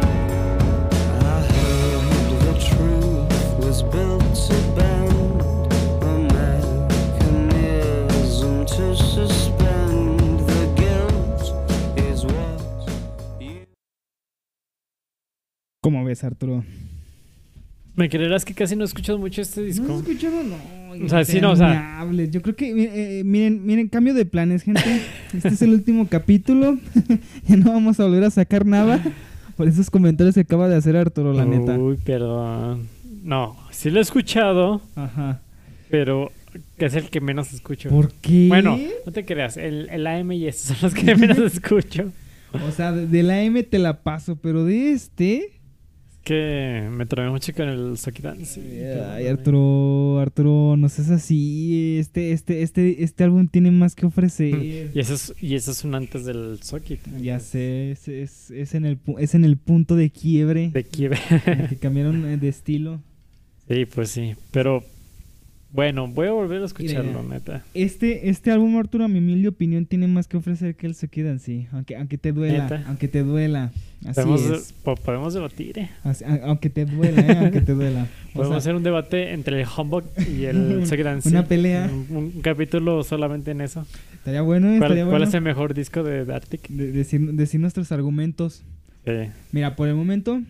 D: I heard the truth was built to bend a mechanism to suspend the guilt is what you
B: ¿Cómo ves, Arturo?
A: Me creerás que casi no he escuchado mucho este disco.
B: No escuchamos, no.
A: O sea, sí, no, o sea-
B: interminables. Yo creo que, mi- eh, miren, miren, cambio de planes, gente. Este es el último capítulo. ya no vamos a volver a sacar nada. Por esos comentarios que acaba de hacer Arturo, la neta.
A: Uy, perdón. No, sí lo he escuchado,
B: Ajá.
A: pero es el que menos escucho.
B: ¿Por qué?
A: Bueno, no te creas, el, el AM y esos son los que menos escucho.
B: O sea, de, de la M te la paso, pero de este.
A: Es que me trabé mucho con el Saki Dance. y-
B: Ay, Arturo, Arturo, no seas así. Este, este, este, este álbum tiene más que ofrecer.
A: Mm, Y eso es, y eso es un antes del Soki.
B: Ya sé, es, es- es en, el, pu- es en el punto de quiebre.
A: De quiebre.
B: en el que cambiaron eh, de estilo.
A: Sí, pues sí. Pero bueno, voy a volver a
B: Mira,
A: escucharlo,
B: ya.
A: neta.
B: Este, este álbum, Arturo, a mi humilde opinión, tiene más que ofrecer que el Se Quedan, sí. Aunque, aunque te duela,
A: ¿Neta?
B: aunque te duela. Así
A: Podemos,
B: es.
A: po- podemos debatir, ¿eh?
B: Así- a- aunque te duela, eh, aunque te duela. O
A: Podemos
B: sea,
A: hacer un debate entre el Humbug y el Soki Dance.
B: Una pelea.
A: Un, un capítulo solamente en eso.
B: estaría bueno, eh,
A: ¿Cuál,
B: estaría
A: cuál
B: bueno.
A: es el mejor disco de de Arctic? Eh,
B: de- decir, decir nuestros argumentos.
A: Sí.
B: Mira, por el momento,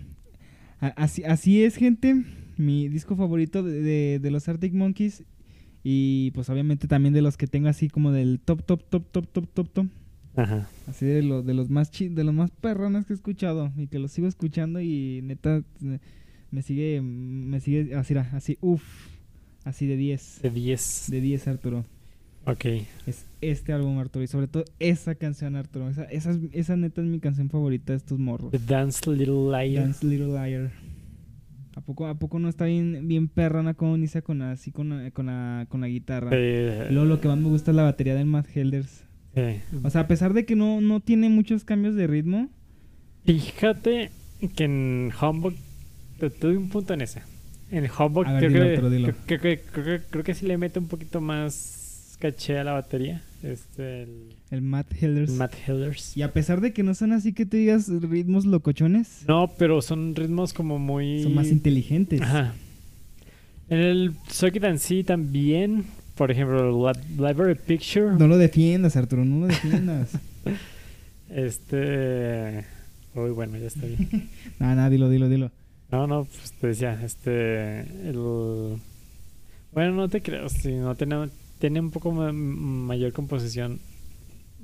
B: a- así, así es, gente. Mi disco favorito de, de- de los Arctic Monkeys. Y pues obviamente también de los que tengo así como del top, top, top, top, top, top, top.
A: Ajá.
B: Así de, lo- de los más chi- de los más perrones que he escuchado y que los sigo escuchando y neta eh, me sigue me sigue así era, así uff, así de 10,
A: De 10.
B: de 10 Arturo.
A: Ok.
B: Es este álbum Arturo y sobre todo esa canción Arturo, esa, esa, es- esa neta es mi canción favorita de estos morros.
A: The Dance Little Liar.
B: Dance Little Liar. ¿A poco, ¿A poco no está bien, bien perrona como inicia con la- así con la, con la, con la guitarra?
A: Eh,
B: Luego lo que más me gusta es la batería del Matt Helders.
A: eh.
B: O sea, a pesar de que no, no tiene muchos cambios de ritmo,
A: Fíjate que en Humbug te, te doy un punto en ese. En Hotbox
B: A
A: creo,
B: ver, dilo,
A: que,
B: pero dilo.
A: creo, que- creo que- creo que sí le mete un poquito más caché a la batería. Este, el
B: El Matt Hilders.
A: Matt Hillers.
B: Y a pesar de que no son así que te digas ritmos locochones,
A: No, pero son ritmos como muy...
B: son más inteligentes.
A: Ajá. En el Circuit and sí también, por ejemplo, el Library Picture.
B: No lo defiendas, Arturo, no lo defiendas.
A: Este... Uy, bueno, ya está bien.
B: nada, nada, dilo, dilo, dilo.
A: No, no, pues te decía, este, el... Bueno, no te creo, si no tiene, tiene un poco ma- mayor composición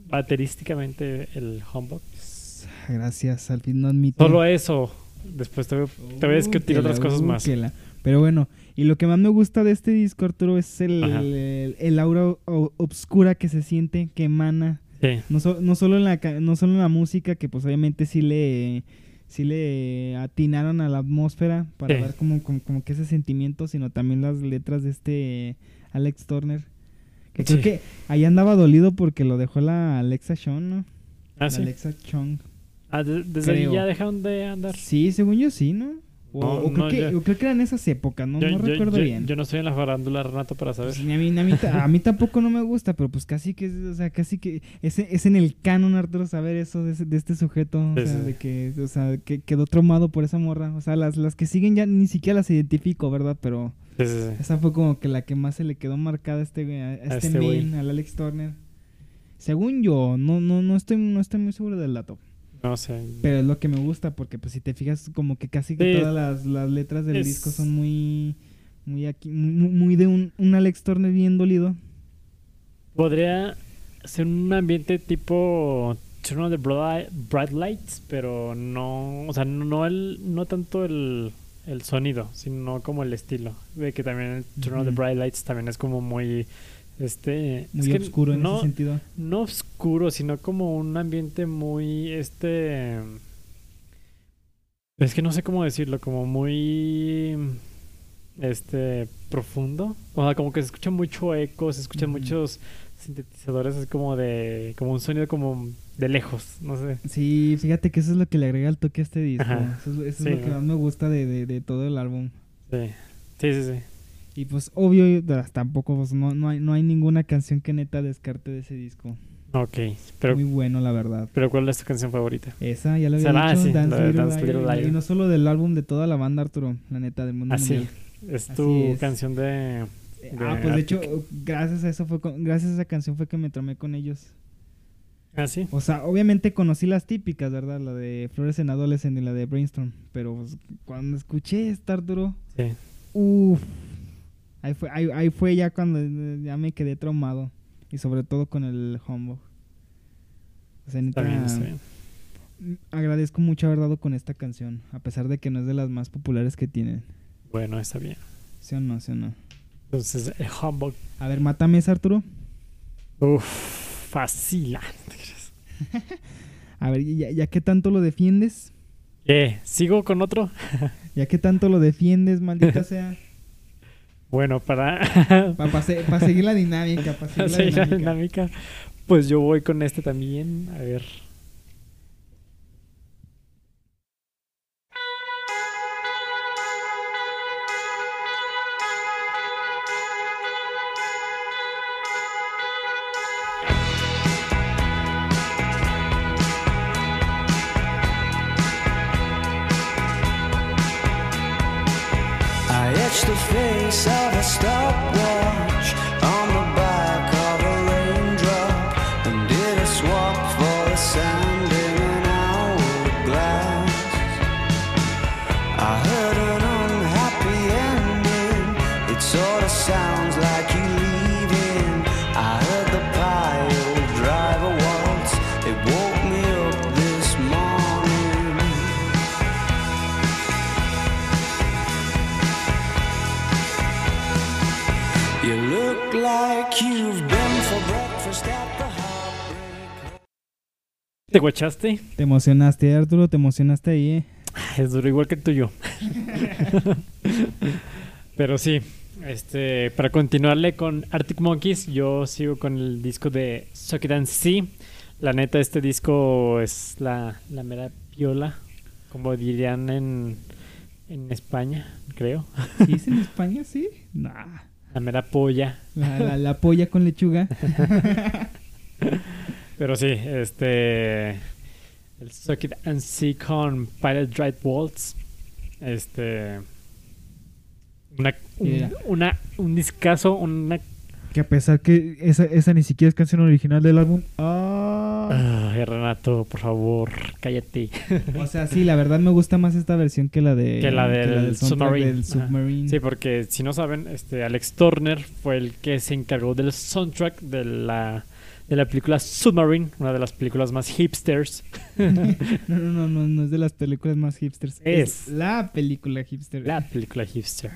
A: baterísticamente el Humbox.
B: Gracias, al fin no admito. Oh,
A: Solo eso, después te, voy- te
B: Uh,
A: voy a discutir
B: Úquela,
A: otras cosas más.
B: úquela. Pero bueno, y lo que más me gusta de este disco, Arturo, es el,
A: Ajá.
B: el, el aura o- obscura que se siente, que emana.
A: Sí,
B: No, so- no, solo en la, ca- no solo en la música, que pues obviamente sí le, sí le atinaron a la atmósfera para
A: Sí.
B: dar como, como, como que ese sentimiento, sino también las letras de este Alex Turner. Que creo
A: Sí.
B: que ahí andaba dolido porque lo dejó la Alexa Chong, ¿no?
A: ah,
B: La
A: sí.
B: Alexa Chong.
A: Ah, de- desde ahí
B: creo.
A: ya dejaron de andar.
B: Sí, según yo sí, ¿no? O,
A: No,
B: o creo,
A: no,
B: que,
A: yo-
B: o creo que eran esas épocas, no,
A: yo,
B: no
A: yo-
B: recuerdo
A: yo-
B: bien.
A: yo no estoy en la farándula, Renato, para saber.
B: Pues, ni a, mí, ni a, mí, ta- a mí tampoco no me gusta, pero pues casi que, es- o sea, casi que es, es en el canon, Arturo, saber eso de, ese- de este sujeto, o
A: Sí,
B: sea,
A: sí.
B: de que, o sea, que quedó traumado por esa morra. O sea, las, las que siguen ya ni siquiera las identifico, ¿verdad? Pero
A: Sí, sí, sí.
B: esa fue como que la que más se le quedó marcada a este, güey, a, a este,
A: este güey.
B: men, al Alex Turner. Según yo, no, no, no estoy, no estoy muy seguro del dato.
A: No sé.
B: Pero es lo que me gusta, porque pues si te fijas, como que casi que
A: Sí,
B: todas las, las letras del
A: es-
B: disco son muy. Muy aquí, muy, muy de un, un Alex Turner bien dolido.
A: Podría ser un ambiente tipo Turn on the Bright, bright Lights, pero no, o sea, no el, no tanto el, el sonido, sino como el estilo. De que también el Turn on the
B: Ujú.
A: Bright Lights también es como muy, este,
B: Muy
A: es que
B: oscuro en
A: no,
B: ese sentido.
A: no oscuro, sino como un ambiente muy, este, es que no sé cómo decirlo, como muy, este, profundo. O sea, como que se escucha mucho eco, se escuchan
B: Ujú.
A: muchos sintetizadores, es como de, como un sonido como de lejos, no sé.
B: Sí, fíjate que eso es lo que le agrega el toque a este disco.
A: Ajá.
B: Eso es, eso es
A: Sí,
B: lo que
A: ¿no?
B: más me gusta de, de- de todo el álbum.
A: Sí, sí, sí. sí.
B: Y pues, obvio, y- das- tampoco, pues, no, no, hay, no hay ninguna canción que neta descarte de ese disco.
A: Ok, pero,
B: Muy bueno, la verdad.
A: pero ¿cuál es tu canción favorita?
B: Esa, ya lo había
A: Se va,
B: dicho,
A: sí,
B: Dance
A: la de
B: Little
A: Dance
B: Liar,
A: Little
B: y-
A: Liar.
B: Y no solo del álbum, de toda la banda, Arturo. La neta, del mundo
A: Así,
B: mundial.
A: es
B: Así
A: tu
B: es.
A: canción de...
B: Eh,
A: de
B: Ah, pues de hecho,
A: Arctic.
B: gracias a eso fue con- gracias a esa canción fue que me tramé con ellos.
A: Ah, sí.
B: O sea, obviamente conocí las típicas, ¿verdad? La de Flores en Adolescent y la de Brainstorm. Pero pues, cuando escuché estar duro,
A: Sí.
B: uff. Ahí fue, ahí, ahí fue ya cuando eh, ya me quedé traumado. Y sobre todo con el Hombo. O sea, neta,
A: Está bien, está bien.
B: mm, agradezco mucho haber dado con esta canción. A pesar de que no es de las más populares que tienen.
A: Bueno, está bien.
B: ¿Sí o no? ¿Sí o no?
A: Entonces, el Humble.
B: A ver, mátame esa, Arturo.
A: Uf, fascinante.
B: A ver, ya- ya que tanto lo defiendes.
A: Eh, ¿sigo con otro?
B: Ya que tanto lo defiendes, maldita sea.
A: Bueno, para...
B: Para seguir la dinámica, para seguir
A: seguir
B: la
A: la
B: dinámica.
A: dinámica. Pues yo voy con este también. A ver.
D: I etched the face of a stopwatch on the back of a raindrop and did a swap for the sand in an hourglass. I heard an unhappy ending, it sort of sounds like you leaving. I heard the pile driver waltz, it woke me up this morning. You look like you've been for breakfast at the heartbreak.
A: ¿Te guachaste? Ah,
B: Te emocionaste, Arturo, te emocionaste ahí, eh.
A: Es duro igual que el tuyo. Pero sí, este, para continuarle con Arctic Monkeys, yo sigo con el disco de Socket and Sea. La neta, este disco es la, la mera piola, como dirían en, en España, creo.
B: ¿Sí es en España? Sí. Nah.
A: La mera polla.
B: La, la, la polla con lechuga.
A: Pero sí, este. El Socket and See con Pilot Drive Waltz. Este. Una, un,
B: Mira.
A: una, un discazo, una.
B: Que a pesar que esa, esa ni siquiera es canción original del álbum. Ah.
A: Ay, Renato, por favor, cállate.
B: O sea, sí, la verdad me gusta más esta versión que la de
A: Que la del
B: soundtrack
A: Submarine.
B: del
A: Ajá.
B: Submarine.
A: Sí, porque si no saben, este Alex Turner fue el que se encargó del soundtrack de la, de la película Submarine, una de las películas más hipsters.
B: no, no, no, no, no es de las películas más hipsters.
A: Es.
B: la película hipster.
A: La película hipster.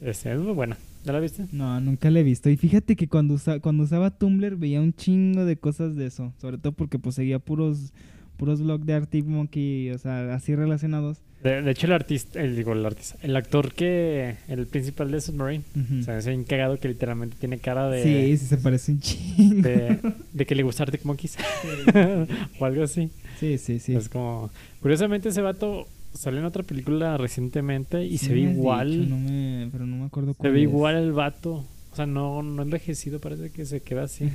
A: Este, es muy buena. ¿Ya la viste?
B: No, nunca la he visto. Y fíjate que cuando, usa- cuando usaba Tumblr veía un chingo de cosas de eso. Sobre todo porque pues seguía puros, puros blogs de Arctic Monkey, o sea, así relacionados.
A: De, de hecho, el artista, el, digo, el artista, el actor que, el principal de Submarine,
B: Ujú.
A: o sea, ese encagado que literalmente tiene cara de,
B: sí, sí, se parece un chingo.
A: de, de que le gusta Arctic Monkeys o algo así.
B: Sí, sí, sí.
A: Es como, curiosamente ese vato salió en otra película recientemente y
B: Sí
A: se ve
B: me has
A: igual.
B: dicho, no me- pero no me acuerdo
A: Se
B: cuál
A: ve
B: es.
A: igual el vato. O sea, no, no envejecido, parece que se queda así.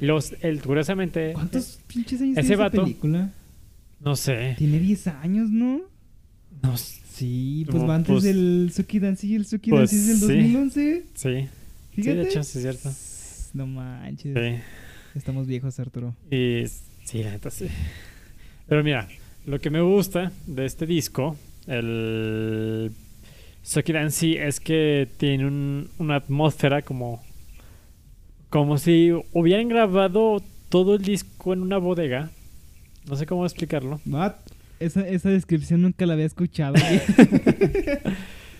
A: Los, el, curiosamente,
B: ¿Cuántos pinches años
A: Ese
B: tiene esa
A: vato.
B: película?
A: no sé.
B: Tiene 10 años, ¿no?
A: No, s-
B: Sí, pues
A: No,
B: va antes
A: pues-
B: del Suki Dance y el Suki
A: pues
B: Dance es del
A: sí.
B: 2011.
A: sí, sí,
B: Fíjate.
A: de hecho, sí es cierto.
B: No manches.
A: Sí.
B: Estamos viejos, Arturo.
A: Y s- sí, la neta sí. Pero mira, lo que me gusta de este disco, el Sucky Dancy, es que tiene un- una atmósfera como, como si hubieran grabado todo el disco en una bodega. No sé cómo explicarlo.
B: What? Esa, esa descripción nunca la había escuchado.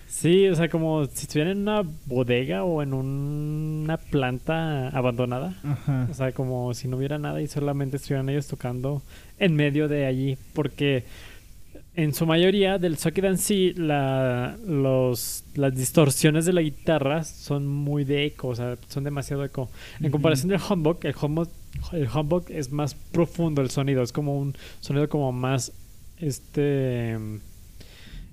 A: Sí, o sea, como si estuvieran en una bodega o en una planta abandonada.
B: Ajá.
A: O sea, como si no hubiera nada y solamente estuvieran ellos tocando en medio de allí. Porque en su mayoría del socket en sí, la, los, las distorsiones de la guitarra son muy de eco, o sea, son demasiado eco. En
B: Ujú.
A: comparación del humbug, el humbug, el humbug es más profundo el sonido, es como un sonido como más este,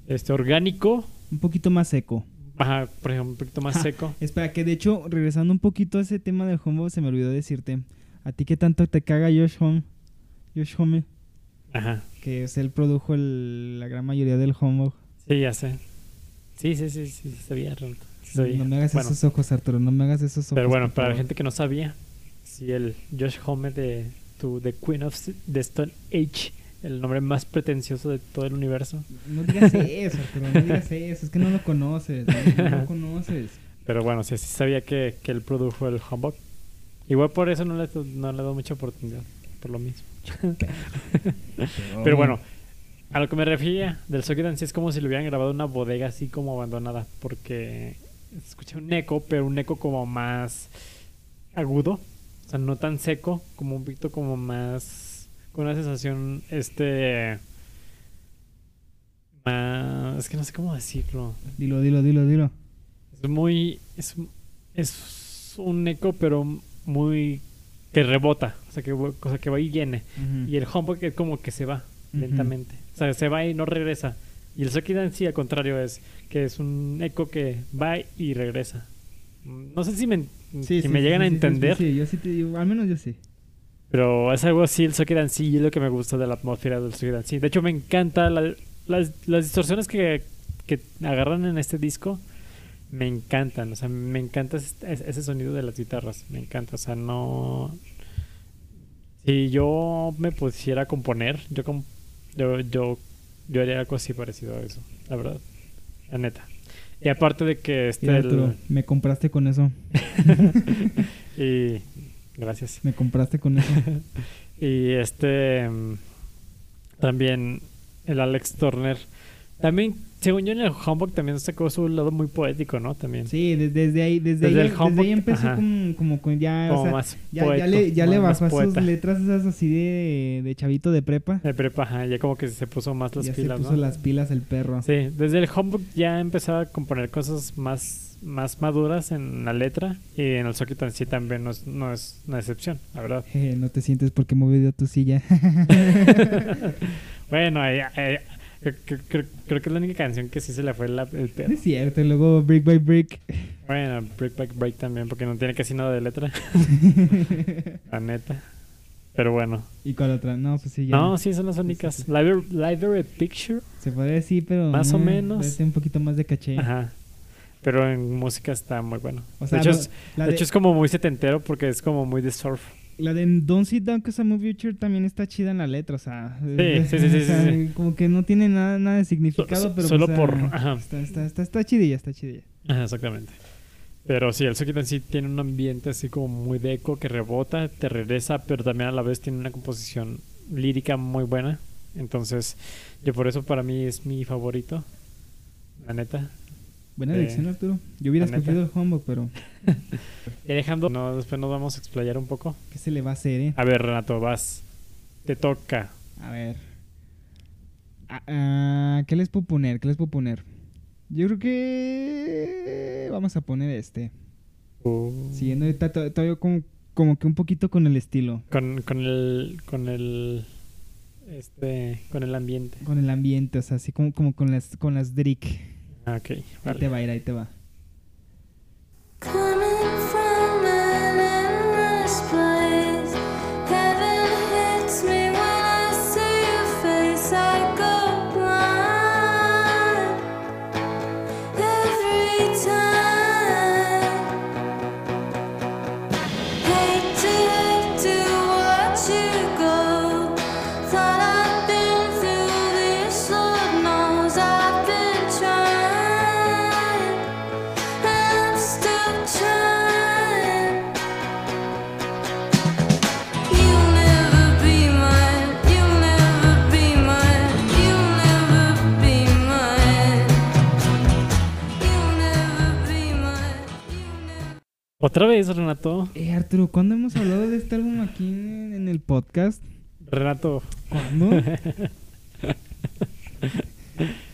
A: este orgánico.
B: Un poquito más seco.
A: Ajá, por ejemplo, un poquito más
B: Ja.
A: seco.
B: Espera, que de hecho, regresando un poquito a ese tema del Homebob, se me olvidó decirte. ¿A ti qué tanto te caga Josh Home? Josh Home,
A: Ajá.
B: que es él produjo el- la gran mayoría del Homebob.
A: Sí, ya sé. Sí, sí, sí, sí, sí, sabía, Ronaldo. Sí, sabía.
B: No me hagas
A: Bueno,
B: esos ojos, Arturo, no me hagas esos ojos.
A: Pero bueno,
B: por
A: para la
B: favor.
A: gente que no sabía, si el Josh Homme de tu The Queen of S- the Stone Age, el nombre más pretencioso de todo el universo.
B: No digas eso, Arturo, no digas eso, es que no lo conoces, no, no lo conoces.
A: Pero bueno, sí, sí sabía que, que él produjo el Humbug. Igual por eso no le, no le doy mucha oportunidad, por lo mismo. Pero bueno, a lo que me refería del Socket en sí es como si lo hubieran grabado en una bodega así como abandonada, porque se escucha un eco, pero un eco como más agudo, o sea, no tan seco, como un poquito como más con una sensación este más es que no sé cómo decirlo.
B: Dilo, dilo, dilo, dilo.
A: Es muy es, es un eco pero muy que rebota, o sea, que cosa que va y viene. Y el humbug es como que se va
B: Ujú.
A: lentamente. O sea, se va y no regresa. Y el Socky Dance, sí, al contrario, es que es un eco que va y regresa. Mm, No sé si me, si me llegan a
B: sí, sí, sí,
A: entender,
B: Sí, yo sí te digo, al menos yo sí.
A: pero es algo así el Socky Dance y es lo que me gusta de la atmósfera del Socky Dance. De hecho, me encanta la- las, las distorsiones que, que agarran en este disco. Me encantan, o sea, me encanta es- es- ese sonido de las guitarras, me encanta, o sea, no, Si yo me pusiera a componer, yo, com- yo, yo, yo haría algo así parecido a eso, la verdad. La neta. Y aparte de que este.
B: Mira,
A: el-
B: Arturo, me compraste con eso,
A: y. Gracias.
B: me compraste con eso.
A: Y este. mm, También el Alex Turner. También, según yo, en el Humbug también sacó su lado muy poético, ¿no? También.
B: Sí, de- desde ahí, desde,
A: Desde
B: ahí, em,
A: el Humboldt,
B: desde ahí empezó
A: ajá.
B: como, como con ya,
A: Como
B: o sea,
A: más
B: ya, ya
A: poeta,
B: le, ya le
A: más- más
B: bajó a sus
A: poeta.
B: letras esas así de, de chavito de prepa.
A: De prepa, ajá, ya como que se puso más las
B: ya
A: pilas,
B: se puso
A: ¿no?
B: las pilas el perro.
A: Sí, desde el homebook ya empezaba a componer cosas más, más maduras en la letra y en el socket en sí también no es, no es una excepción, la verdad.
B: Jeje, no te sientes porque moví de tu silla.
A: bueno, ahí, ahí- Creo, creo- creo- creo que es la única canción que sí se le fue la- el
B: No
A: pedo.
B: es cierto, y luego Brick by Brick.
A: Bueno, Break Back Break también, porque no tiene casi nada de letra, la neta. Pero bueno.
B: ¿Y cuál otra? No, pues sí, ya.
A: No, sí, son las únicas. Library, Library Picture.
B: Se podría decir, pero.
A: Más o
B: eh,
A: menos.
B: parece un poquito más de caché.
A: Ajá. Pero en música está muy bueno.
B: O sea,
A: de, hecho,
B: no,
A: es,
B: la,
A: de
B: de,
A: hecho, es como muy setentero porque es como muy de surf.
B: la de Don't Sit Down, que es a Movie Future, también está chida en la letra, o sea. eh,
A: Sí, sí, sí, sí,
B: o sea,
A: sí,
B: Como que no tiene nada, nada de significado,
A: So-
B: pero.
A: solo
B: o sea,
A: por... Ajá.
B: Está, está, está, está chidilla, está chidilla.
A: Ajá, exactamente. Pero sí, el Sokitan sí tiene un ambiente así como muy de eco que rebota, te regresa, pero también a la vez tiene una composición lírica muy buena. Entonces, yo por eso para mí es mi favorito. La neta.
B: Buena
A: Eh,
B: elección, Arturo. Yo hubiera
A: la neta.
B: escogido el Hombo, pero.
A: Y Alejandro, no, después nos vamos a explayar un poco.
B: ¿Qué se le va a hacer, eh?
A: A ver, Renato, vas. Te toca.
B: A ver. Ah, ah, ¿Qué les puedo poner? ¿Qué les puedo poner? Yo creo que. Vamos a poner este.
A: Uh,
B: Siguiendo ahorita to- todavía como, como que un poquito con el estilo,
A: Con, con el... Con el... Este... Con el ambiente.
B: con el ambiente, o sea, así como, como con las con las Drake.
A: Ah, ok.
B: Ahí te
A: Vale.
B: va, a ir, ahí te va.
E: Coming from an endless place, heaven hits me when I see your face. I go blind every time. Hate to hate to watch you go. Thought I'd been through this, Lord knows I've been trying. I'm still trying. You'll never be mine. You'll never be mine. You'll never be mine. You'll never be mine. You'll never.
A: Otra vez, Renato.
B: Eh, Arturo, ¿cuándo hemos hablado de este álbum aquí en, en el podcast?
A: Renato.
B: ¿Cuándo?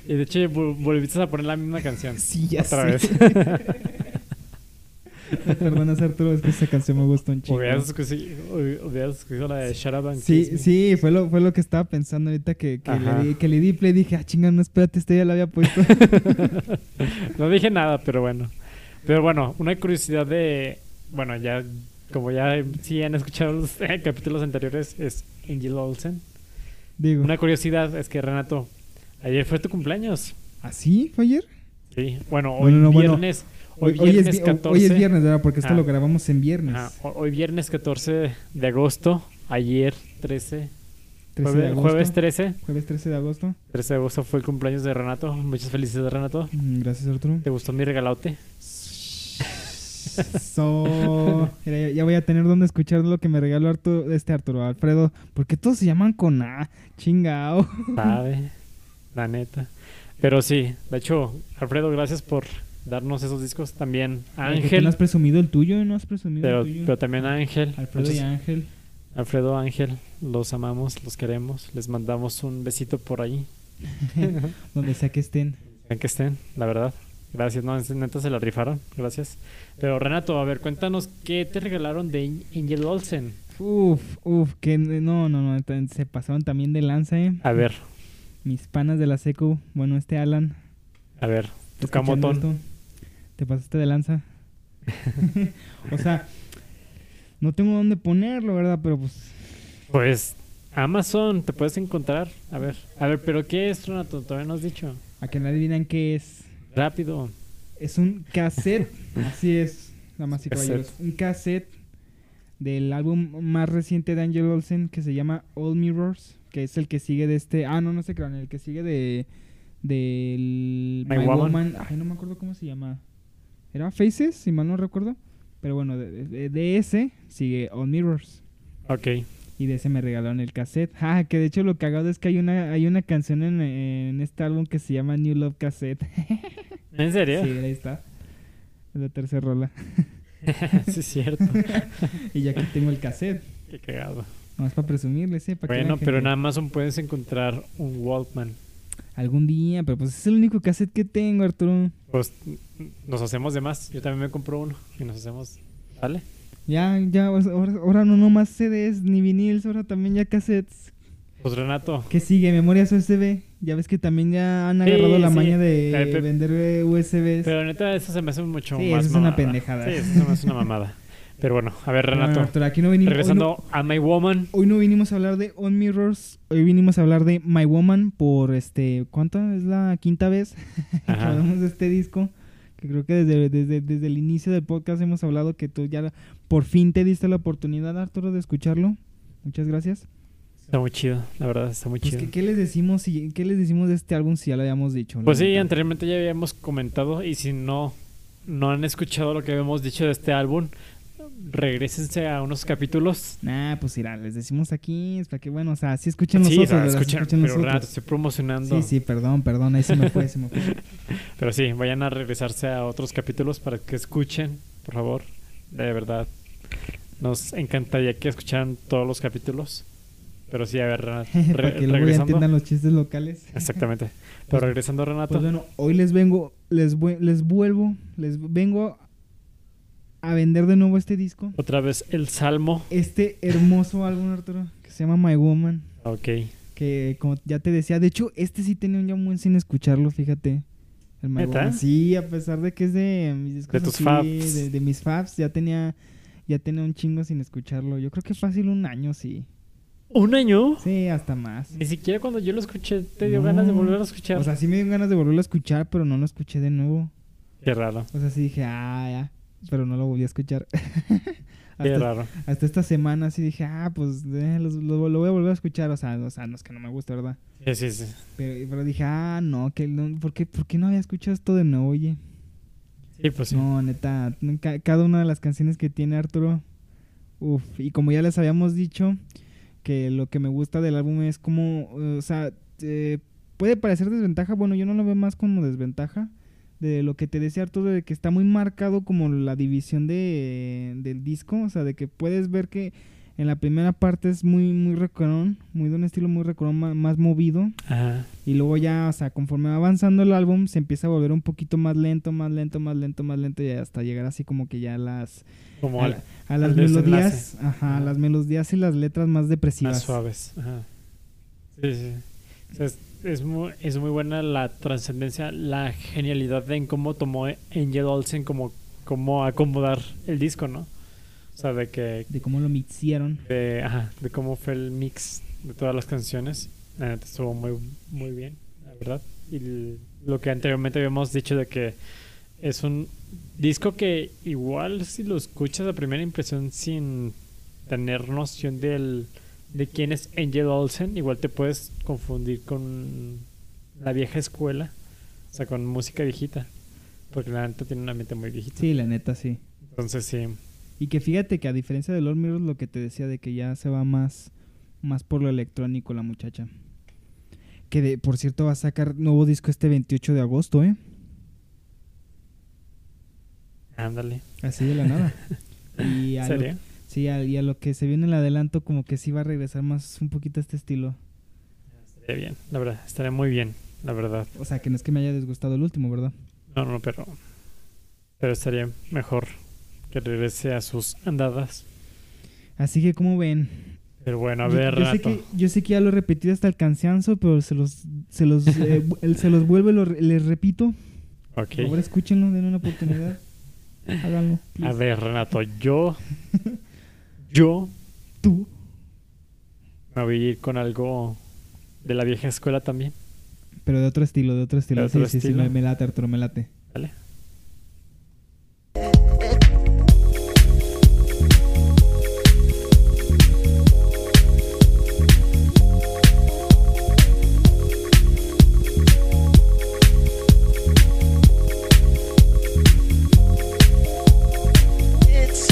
A: Y de hecho vol- volviste a poner la misma canción.
B: Sí, ya
A: Otra
B: sé. No te perdonas, Arturo, es que esa canción me gusta un chingo.
A: Hubieras escogido, hubieras escogido la de Shut Up and
B: Sí,
A: Kiss Me.
B: sí, fue lo, fue lo que estaba pensando ahorita que, que,
A: Ajá.
B: le, di, que le di play. Dije, ah, chinga, no, espérate, este ya la había puesto.
A: no dije nada, pero bueno. Pero bueno, una curiosidad de. Bueno, ya. Como ya sí han escuchado los eh, capítulos anteriores, es Angel Olsen.
B: Digo,
A: Una curiosidad es que, Renato, ayer fue tu cumpleaños.
B: ¿así fue ayer?
A: Sí. Bueno, hoy
B: No, no, no, bueno.
A: viernes. Hoy,
B: es,
A: viernes
B: vi- hoy-
A: 14.
B: hoy es viernes, ¿verdad? Porque esto
A: Ah.
B: lo grabamos en viernes.
A: Ajá, ho- hoy viernes 14 de agosto. Ayer 13.
B: 13 de
A: jueves-
B: agosto.
A: jueves 13.
B: Jueves 13 de agosto.
A: 13 de agosto fue el cumpleaños de Renato. Muchas felicidades, Renato.
B: Mm, Gracias, Arturo.
A: ¿Te gustó mi regalote?
B: So, mira, ya- ya voy a tener donde escuchar lo que me regaló Arturo, este Arturo Alfredo. Porque todos se llaman con A. Chingao.
A: Sabe, la neta. Pero sí, de hecho, Alfredo, gracias por darnos esos discos. También
B: Porque No
A: Ángel,
B: has presumido el tuyo, no has presumido
A: pero,
B: el tuyo.
A: pero también Ángel.
B: Alfredo y
A: Muchos-
B: Ángel.
A: Alfredo, Ángel, los amamos, los queremos. Les mandamos un besito por ahí,
B: Donde sea que estén.
A: en que estén, la verdad. Gracias, no, en- neta se la rifaron, gracias. Pero Renato, a ver, cuéntanos qué te regalaron de Angel Olsen.
B: Uf, uf, que no, no, no, tan- se pasaron también de lanza, eh.
A: A ver,
B: Mis panas de la secu, bueno, este Alan.
A: a ver,
B: ¿está escuchando
A: Camotón.
B: esto? Te pasaste de lanza. o sea, no tengo dónde ponerlo, ¿verdad? Pero pues
A: Pues Amazon, te puedes encontrar. A ver, a ver, pero ¿qué es, Renato? Todavía no has dicho.
B: a que no adivinan qué es.
A: Rápido.
B: Es un cassette, así es, damas y
A: Cassette.
B: caballeros. Un cassette del álbum más reciente de Angel Olsen que se llama All Mirrors, que es el que sigue de este. Ah, no, no se crean, el que sigue de. Del.
A: My Woman.
B: Ay, no me acuerdo cómo se llama. ¿Era Faces, si mal no recuerdo? Pero bueno, de, de- de ese sigue All Mirrors.
A: Ok.
B: Y de ese me regalaron el cassette. Ah, que de hecho lo cagado es que hay una, hay una canción en, en este álbum que se llama New Love Cassette.
A: ¿En serio?
B: Sí, ahí está. Es la tercera rola.
A: sí, es cierto.
B: Y ya que tengo el cassette.
A: Qué cagado.
B: Nomás para presumirles, ¿eh? Para que
A: Bueno,
B: vean que
A: pero en
B: me-
A: Amazon puedes encontrar un Walkman.
B: Algún día, pero pues es el único cassette que tengo, Arturo.
A: Pues nos hacemos de más. Yo también me compro uno y nos hacemos. ¿Vale?
B: pues, Ya, ya, ahora, ahora no nomás CDs ni viniles, ahora también ya cassettes.
A: Pues Renato,
B: ¿Qué sigue? Memorias USB. Ya ves que también ya han agarrado
A: Sí,
B: la
A: sí.
B: maña
A: Pero-
B: de
A: pero-
B: vender eh, USBs.
A: pero neta, eso se me hace mucho
B: Sí,
A: más
B: eso es una
A: mamada.
B: pendejada.
A: Sí, eso se me hace una mamada. Pero bueno, a ver,
B: No,
A: Renato.
B: Arturo, aquí no venimos. hoy no-
A: Regresando a My Woman.
B: Hoy no vinimos a hablar de On Mirrors, hoy vinimos a hablar de My Woman por este, ¿cuánta? Es la quinta vez que
A: Ajá.
B: hablamos de este disco. Que creo que desde, desde, desde el inicio del podcast hemos hablado que tú ya por fin te diste la oportunidad, Arturo, de escucharlo. Muchas gracias.
A: Está muy chido, la verdad, está muy
B: Pues,
A: chido.
B: ¿qué, qué les decimos si, ¿Qué les decimos de este álbum si ya lo habíamos dicho? no?
A: Pues sí, anteriormente ya habíamos comentado y si no no han escuchado lo que habíamos dicho de este álbum, regresense a unos capítulos.
B: Nah, pues irá, les decimos aquí, es para que, bueno, o sea, sí escuchen
A: sí,
B: nosotros.
A: o sea,
B: ¿verdad? Sí
A: escuchen,
B: escuchen
A: pero
B: nosotros.
A: Renato, estoy promocionando.
B: Sí, sí, perdón, perdón, ahí se me fue, se me fue.
A: Pero sí, vayan a regresarse a otros capítulos para que escuchen, por favor. De verdad, nos encantaría que escucharan todos los capítulos. Pero sí, a ver, Renato,
B: para
A: re-
B: que luego ya
A: regresando.
B: entiendan los chistes locales.
A: Exactamente. Pero regresando, Renato.
B: Pues bueno, hoy les vengo, les, vu- les vuelvo, les vengo a vender de nuevo este disco.
A: Otra vez el Salmo.
B: Este hermoso álbum, Arturo, que se llama My Woman.
A: Ok.
B: Que como ya te decía, de hecho, este sí tenía un ya buen sin escucharlo, fíjate. El My
A: ¿Neta?
B: Woman. Sí, a pesar de que es de mis discos
A: De tus
B: así,
A: faves.
B: De, de mis faves, ya tenía, ya tenía un chingo sin escucharlo. Yo creo que fácil un año, sí.
A: ¿Un año?
B: Sí, hasta más.
A: Ni siquiera cuando yo lo escuché te dio
B: No.
A: ganas de volver a escuchar.
B: O sea, sí me dio ganas de volverlo a escuchar, pero no lo escuché de nuevo.
A: Qué raro.
B: O sea, sí dije, ah, ya. Pero no lo volví a escuchar.
A: Qué
B: hasta,
A: raro.
B: hasta esta semana sí dije, ah, pues eh, los- lo, lo voy a volver a escuchar. O sea, o sea, no es que no me gusta, ¿verdad?
A: Sí, sí, sí.
B: Pero, pero dije, ah, no, que no- ¿por, qué, ¿por qué no había escuchado esto de nuevo, oye?
A: Sí, pues sí.
B: No, neta, ca- cada una de las canciones que tiene Arturo, uff, y como ya les habíamos dicho, que lo que me gusta del álbum es como, eh, o sea, eh, puede parecer desventaja, bueno, yo no lo veo más como desventaja, de lo que te decía Arturo, de que está muy marcado como la división de, del disco, o sea, de que puedes ver que en la primera parte es muy, muy recorón, muy de un estilo muy recorón, ma- más movido,
A: Ajá.
B: y luego ya, o sea, conforme va avanzando el álbum, se empieza a volver un poquito más lento, más lento, más lento, más lento, y hasta llegar así como que ya a las,
A: Como
B: a,
A: al-
B: la- a las
A: al desenlace.
B: melodías, ajá, a las melodías y las letras más
A: más
B: depresivas.
A: suaves. Ajá. Sí, sí. O sea, es, es muy, es muy buena la trascendencia, la genialidad de en cómo tomó Angel Olsen como cómo acomodar el disco, ¿no? O sea, de que
B: De cómo lo mixieron.
A: de, ajá, de cómo fue el mix de todas las canciones. La neta, estuvo muy, muy bien, la verdad. Y l- lo que anteriormente habíamos dicho de que es un disco que igual si lo escuchas a primera impresión sin tener noción del, de quién es Angel Olsen, igual te puedes confundir con la vieja escuela, o sea, con música viejita. Porque la neta tiene una mente muy viejita.
B: Sí, la neta, sí.
A: Entonces sí,
B: Y que fíjate que a diferencia de Lord Mirrors, lo que te decía de que ya se va más, más por lo electrónico la muchacha. Que de, por cierto va a sacar nuevo disco este 28 de agosto, ¿eh?
A: ándale.
B: Así de la nada. Y a lo-
A: ¿Sería?
B: Sí, a- y a lo que se viene el adelanto, como que sí va a regresar más un poquito a este estilo.
A: Estaría bien, la verdad, estaría muy bien, la verdad.
B: O sea, que no es que me haya desgustado el último, ¿verdad?
A: No, no, pero. Pero estaría mejor que regrese a sus andadas.
B: Así que, como ven?
A: Pero bueno, a
B: Yo-
A: ver,
B: yo, sé
A: Renato.
B: que, yo sé que ya lo he repetido hasta el cansancio, pero se los, se los, eh, vu- el- se los vuelvo y lo re- les repito.
A: Ok.
B: Por favor, escúchenlo, den una oportunidad. Háganlo.
A: A
B: please.
A: ver, Renato, yo. Yo
B: Tú.
A: me voy a ir con algo de la vieja escuela también.
B: Pero de otro estilo, de otro estilo.
A: ¿De
B: sí,
A: otro
B: sí, sí,
A: estilo?
B: me, me late, Arturo, me late.
A: ¿Vale?
C: It's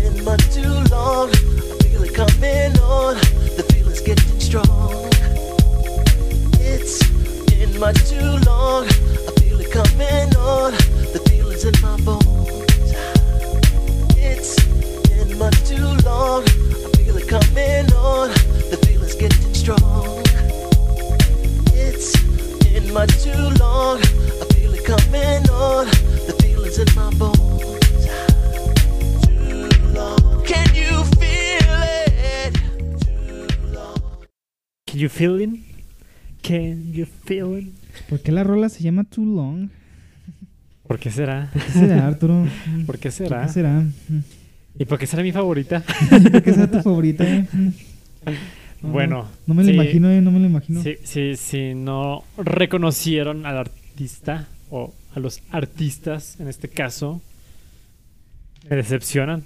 C: been much too long. I feel it coming on. The feeling's getting strong. It's been much too long. I feel it coming on. The feeling's in my bones. It's been much too long. I feel it coming on. The feeling's getting strong. It's been much too long. I feel it coming on. The feeling's in my bones. Too long. Can you feel it? Too long.
A: Can Can you feel it? Can you feel it?
B: ¿Por qué la rola se llama Too Long?
A: ¿Por qué será?
B: ¿Qué será, Arturo?
A: ¿Por qué será?
B: ¿Por qué Ah, será?
A: ¿Y por qué será mi favorita?
B: ¿Por qué será tu favorita? eh? No,
A: bueno.
B: No me lo
A: sí,
B: imagino, eh, no me lo imagino.
A: Si, si- si no reconocieron al artista o a los artistas en este caso, me decepcionan.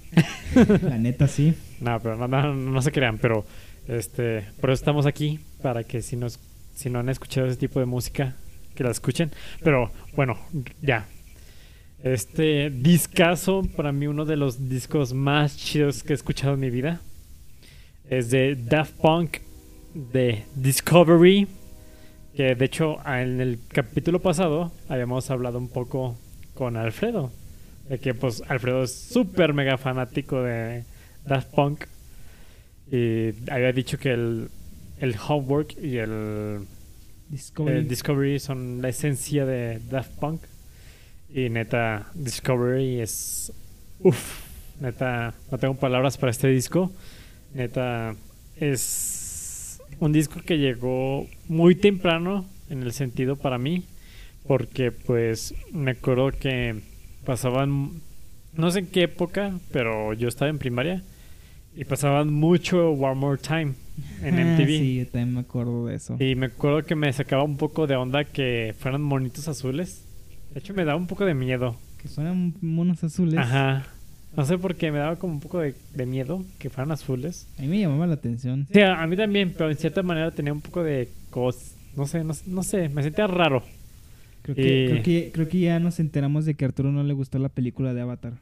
B: La neta, sí.
A: No, pero no, no, no se crean, pero este, por eso estamos aquí, para que si, nos, si no han escuchado ese tipo de música, que la escuchen. Pero bueno, ya. Este discazo, para mí uno de los discos más chidos que he escuchado en mi vida, es de Daft Punk, de Discovery, que de hecho a- en el capítulo pasado habíamos hablado un poco con Alfredo, de que pues Alfredo es súper mega fanático de Daft Punk y había dicho que el, el Homework y el
B: Discovery.
A: el Eh, Discovery son la esencia de Daft Punk. Y neta, Discovery es. Uff, neta, no tengo palabras para este disco. Neta, es un disco que llegó muy temprano en el sentido para mí, porque pues me acuerdo que pasaban, no sé en qué época, pero yo estaba en primaria y pasaban mucho One More Time en
B: Ah,
A: MTV.
B: Sí, yo también me acuerdo de eso.
A: Y me acuerdo que me sacaba un poco de onda que fueran monitos azules. De hecho, me daba un poco de miedo.
B: Que suenan monos azules.
A: Ajá. No sé por qué, me daba como un poco de, de miedo que fueran azules.
B: A mí me llamaba la atención.
A: O sea, a mí también, pero en cierta manera tenía un poco de cos... No sé, no, no sé, me sentía raro.
B: Creo que,
A: Y-
B: creo, que, creo que ya nos enteramos de que a Arturo no le gustó la película de Avatar.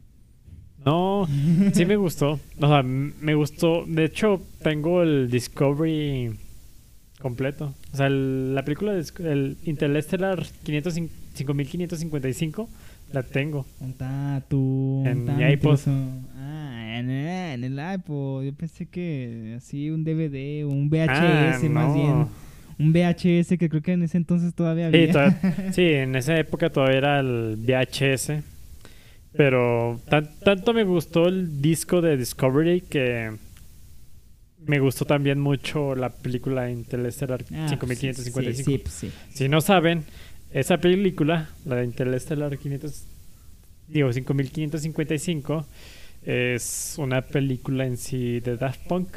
A: No, sí me gustó. O sea, m- me gustó. De hecho, tengo el Discovery completo. O sea, el- la película, de, Disco- el Interstellar 505- 5555, la tengo.
B: Onta, tú.
A: En
B: onta,
A: mi iPod.
B: mentiroso. Ah, en, eh, en el iPod. Yo pensé que así un DVD o un VHS
A: Ah,
B: más
A: no.
B: bien. Un VHS que creo que en ese entonces todavía había.
A: Sí, toda- sí, en esa época todavía era el VHS. Pero tan- tanto me gustó el disco de Discovery que me gustó también mucho la película Interstellar
B: Ah,
A: 5555.
B: Sí, sí, pues sí.
A: Si no saben, esa película, la de Interstellar 500, digo, 5555, es una película en sí de Daft Punk.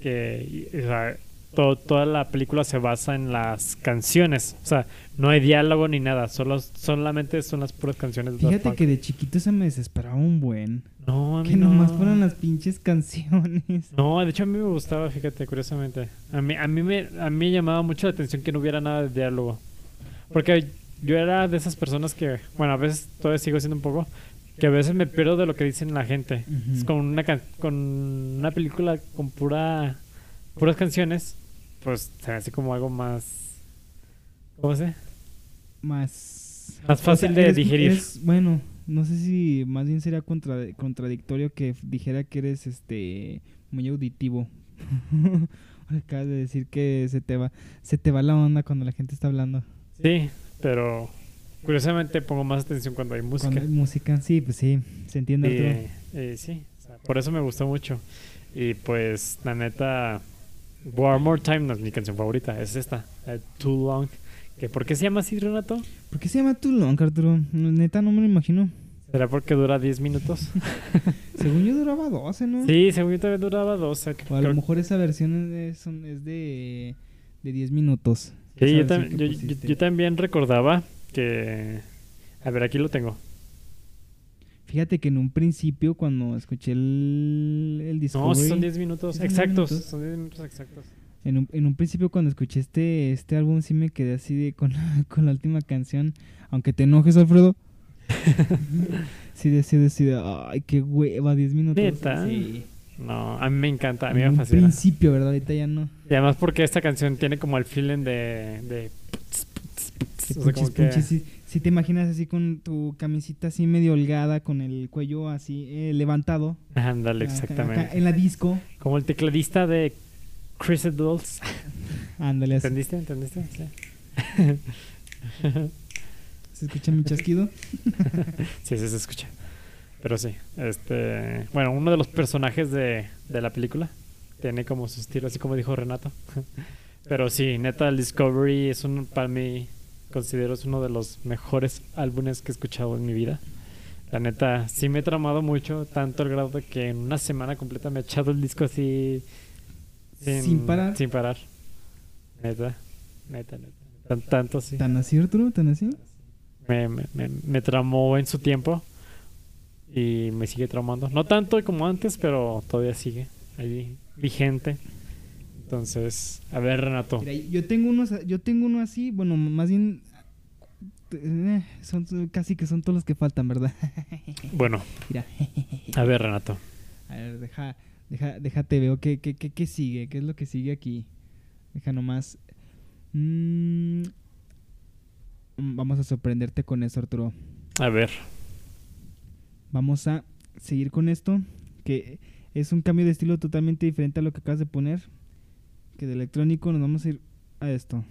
A: Que y- o sea, to- toda la película se basa en las canciones. O sea, no hay diálogo ni nada, solo, solamente son las puras canciones de Daft
B: Fíjate
A: Punk.
B: que de chiquito se me desesperaba un buen.
A: no, a mí
B: Que
A: no.
B: nomás fueron las pinches canciones.
A: No, de hecho a mí me gustaba, fíjate, curiosamente. A mí, a mí me a mí me llamaba mucho la atención que no hubiera nada de diálogo. Porque yo era de esas personas que, bueno, a veces todavía sigo siendo un poco, que a veces me pierdo de lo que dicen la gente.
B: Ujú.
A: Es con una can- con una película con pura puras canciones, pues se me hace como algo más ¿cómo se?
B: más
A: Más fácil de digerir.
B: eres- bueno, no sé si más bien sería contra- contradictorio que f- dijera que eres este muy auditivo. Acabas de decir que se te va se te va la onda cuando la gente está hablando.
A: Sí, pero curiosamente pongo más atención cuando hay música.
B: Cuando hay música, sí, pues sí, se entiende.
A: Y,
B: Arturo.
A: eh, sí, o sea, por eso me gustó mucho. Y pues, la neta, One More Time no es mi canción favorita, es esta, eh, Too Long. que ¿Por qué se llama así, Renato?
B: ¿Por qué se llama Too Long, Arturo? No, Neta no me lo imagino.
A: ¿Será porque dura 10 minutos?
B: Según yo duraba 12, ¿no?
A: sí, según yo también duraba 12.
B: O a
A: creo-
B: lo mejor esa versión es, son- es de de 10 minutos.
A: Sí,
B: Esa
A: yo,
B: versión
A: tam-
B: que
A: yo- yo-
B: pusiste.
A: yo también recordaba que... A ver, aquí lo tengo.
B: Fíjate que en un principio cuando escuché el, el
A: No,
B: Discovery,
A: sí son 10 minutos
B: Sí, son
A: exactos.
B: 10 minutos.
A: Son 10 minutos exactos.
B: en, un, en un principio cuando escuché este este álbum sí me quedé así de con, con la última canción, aunque te enojes Alfredo. sí, decía, sí, de, ay, qué hueva, 10 minutos.
A: ¿Neta?
B: Sí.
A: No, a mí me encanta, a mí
B: en
A: me
B: un
A: fascina.
B: principio, ¿verdad? Ahorita ya no.
A: Y además porque esta canción tiene como el feeling de... de
B: Que
A: o sea,
B: punches,
A: como que-
B: punches, sí- sí te imaginas así con tu camisita así medio holgada, con el cuello así eh, levantado.
A: Ándale,
B: acá- acá
A: exactamente.
B: en la disco.
A: Como el tecladista de Chris Adults.
B: Ándale, así.
A: ¿Entendiste? ¿Entendiste? Sí.
B: ¿Se escucha mi chasquido?
A: sí, sí, se escucha. Pero sí, este. Bueno, uno de los personajes de, de la película tiene como su estilo, así como dijo Renato. Pero sí, neta, el Discovery es un, para mí, considero es uno de los mejores álbumes que he escuchado en mi vida. La neta, sí me he tramado mucho, tanto al grado de que en una semana completa me he echado el disco así.
B: Sin parar.
A: Sin parar. Neta, neta, neta. Tan- tanto así.
B: ¿Tan así, Arturo? ¿Tan así?
A: Me, me, me- me tramó en su tiempo y me sigue tramando. No tanto como antes, pero todavía sigue ahí vigente. Entonces, a ver, Renato.
B: Mira, yo tengo unos, yo tengo uno así, bueno, más bien eh, son casi que son todos los que faltan, ¿verdad?
A: Bueno,
B: Mira,
A: a ver, Renato.
B: a ver, deja, deja, déjate veo qué, qué, qué, qué sigue, qué es lo que sigue aquí. Deja nomás. Mm, mm, vamos a sorprenderte con eso, Arturo.
A: A ver.
B: Vamos a seguir con esto, que es un cambio de estilo totalmente diferente a lo que acabas de poner. Que de electrónico nos vamos a ir a esto.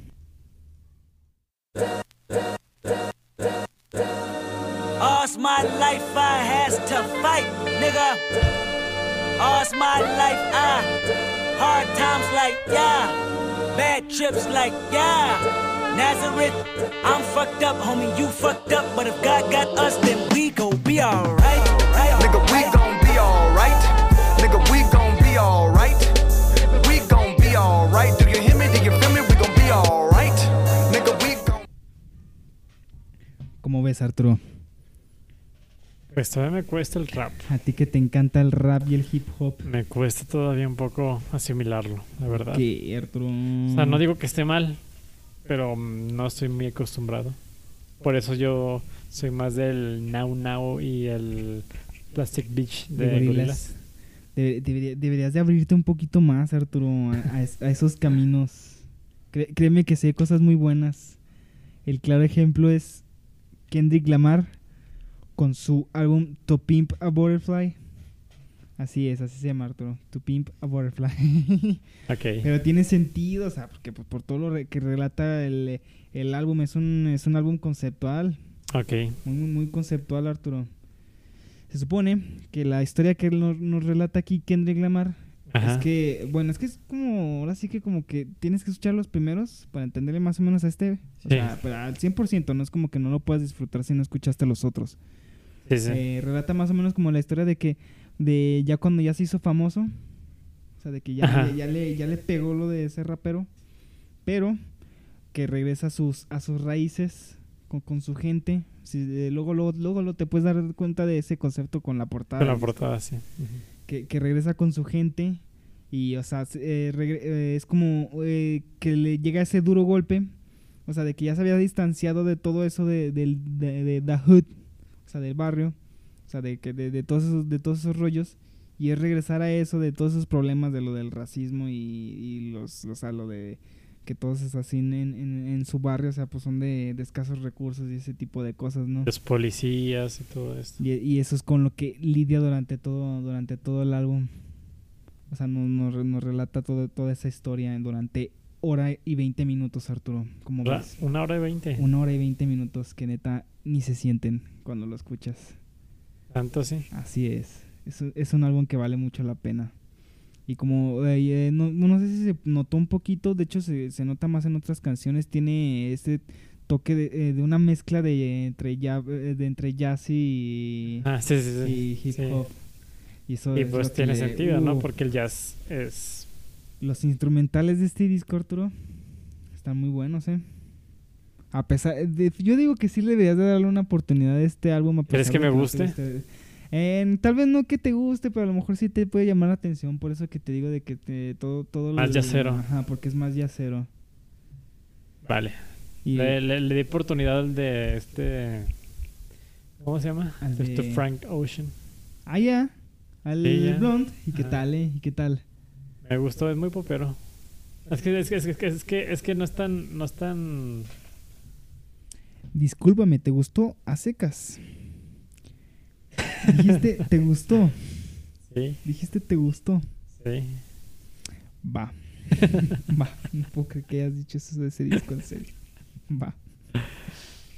F: All's my life I has to fight, nigga. All's my life I hard times like yeah, bad trips like yeah. Nazareth, I'm fucked up, homie. You fucked up, but if God got us, then we gon' be alright. Right,
D: Nigga, we gon' be alright. Nigga, we gon' be alright. We gon' be alright. Do you hear me? Do you feel me? We gon' be alright. Nigga, we gon'
B: ¿Cómo ves, Arturo?
A: Pues todavía me cuesta el rap.
B: A ti que te encanta el rap y el hip hop.
A: Me cuesta todavía un poco asimilarlo, la verdad.
B: ¿Qué, Arturo?
A: O sea, no digo que esté mal, pero mm, no estoy muy acostumbrado. Por eso yo soy más del Now Now y el Plastic Beach de, Gorillaz.
B: Debe- debería- deberías de abrirte un poquito más, Arturo, a, a es- a esos caminos. Cre- créeme que sé cosas muy buenas. El claro ejemplo es Kendrick Lamar con su álbum To Pimp a Butterfly. Así es, así se llama Arturo. To Pimp a Butterfly.
A: Ok.
B: Pero tiene sentido, o sea, porque por, por todo lo re- que relata el, el álbum, es un, es un álbum conceptual.
A: Ok.
B: Muy, muy, muy conceptual, Arturo. Se supone que la historia que nos, nos relata aquí Kendrick Lamar
A: Ajá.
B: es que, bueno, es que es como, ahora sí que como que tienes que escuchar los primeros para entenderle más o menos a este.
A: Sí.
B: O sea, pero al 100%, no es como que no lo puedas disfrutar si no escuchaste los otros.
A: Sí, sí.
B: Eh, relata más o menos como la historia de que, de ya cuando ya se hizo famoso, o sea, de que ya,
A: Ajá.
B: ya, ya le, ya le pegó lo de ser rapero, pero que regresa a sus, a sus raíces con, con su gente. Si, de- luego, luego, luego lo- te puedes dar cuenta de ese concepto con la portada.
A: Con la portada, sí. Ujú.
B: Que, que regresa con su gente y, o sea, se- eh, regre- eh, es como eh, que le llega ese duro golpe. O sea, de que ya se había distanciado de todo eso de, del- de, de The Hood, o sea, del barrio, o sea, de, que de, de todos esos, de todos esos rollos. Y es regresar a eso, de todos esos problemas, de lo del racismo y, y los, o sea, lo de que todos es así en, en, en su barrio, o sea, pues son de, de escasos recursos y ese tipo de cosas, ¿no?
A: Los policías y todo esto.
B: Y, y eso es con lo que lidia durante todo, durante todo el álbum. O sea, nos, nos, re- nos relata todo, toda esa historia durante hora y 20 minutos, Arturo. Como
A: Ra-
B: ves,
A: Una hora y veinte.
B: una hora y 20 minutos que neta ni se sienten cuando lo escuchas.
A: Tanto, sí.
B: Así es. Es, un- es un álbum que vale mucho la pena. Y como, eh, y, eh, no, no sé si se notó un poquito, de hecho se, se nota más en otras canciones, tiene este toque de, eh, de una mezcla de entre, ya, eh, de entre jazz y
A: Ah, sí, sí, sí.
B: y hip
A: Sí.
B: hop. Y, eso
A: Y
B: es lo
A: pues
B: que
A: tiene
B: le-
A: sentido,
B: uh,
A: ¿no? Porque el jazz es.
B: Los instrumentales de este disco, Arturo, están muy buenos, ¿eh? A pesar. eh, de- yo digo que sí le deberías de darle una oportunidad a este álbum. A
A: ¿Crees
B: pesar
A: que
B: de
A: me
B: no te
A: guste?
B: guste. Eh, tal vez no que te guste, pero a lo mejor sí te puede llamar la atención. Por eso que te digo de que te- todo, todo lo
A: Más
B: del-
A: yacero.
B: Ajá, porque es más yacero.
A: Vale.
B: Y
A: Le, le- le di oportunidad al de este. ¿Cómo se llama?
B: Al
A: Este
B: de-
A: Frank Ocean.
B: ah, ya. Al
A: Sí, ya.
B: Blond. ¿Y qué
A: Ajá.
B: tal, eh? ¿Y qué tal?
A: Me gustó, es muy popero. Es que, es que, es que, es que, es que no es tan. No es tan...
B: Discúlpame, ¿te gustó a secas? Dijiste, ¿te gustó?
A: Sí,
B: Dijiste te gustó.
A: sí.
B: Va. Va. No puedo creer que hayas dicho eso de ese disco en serio. Va.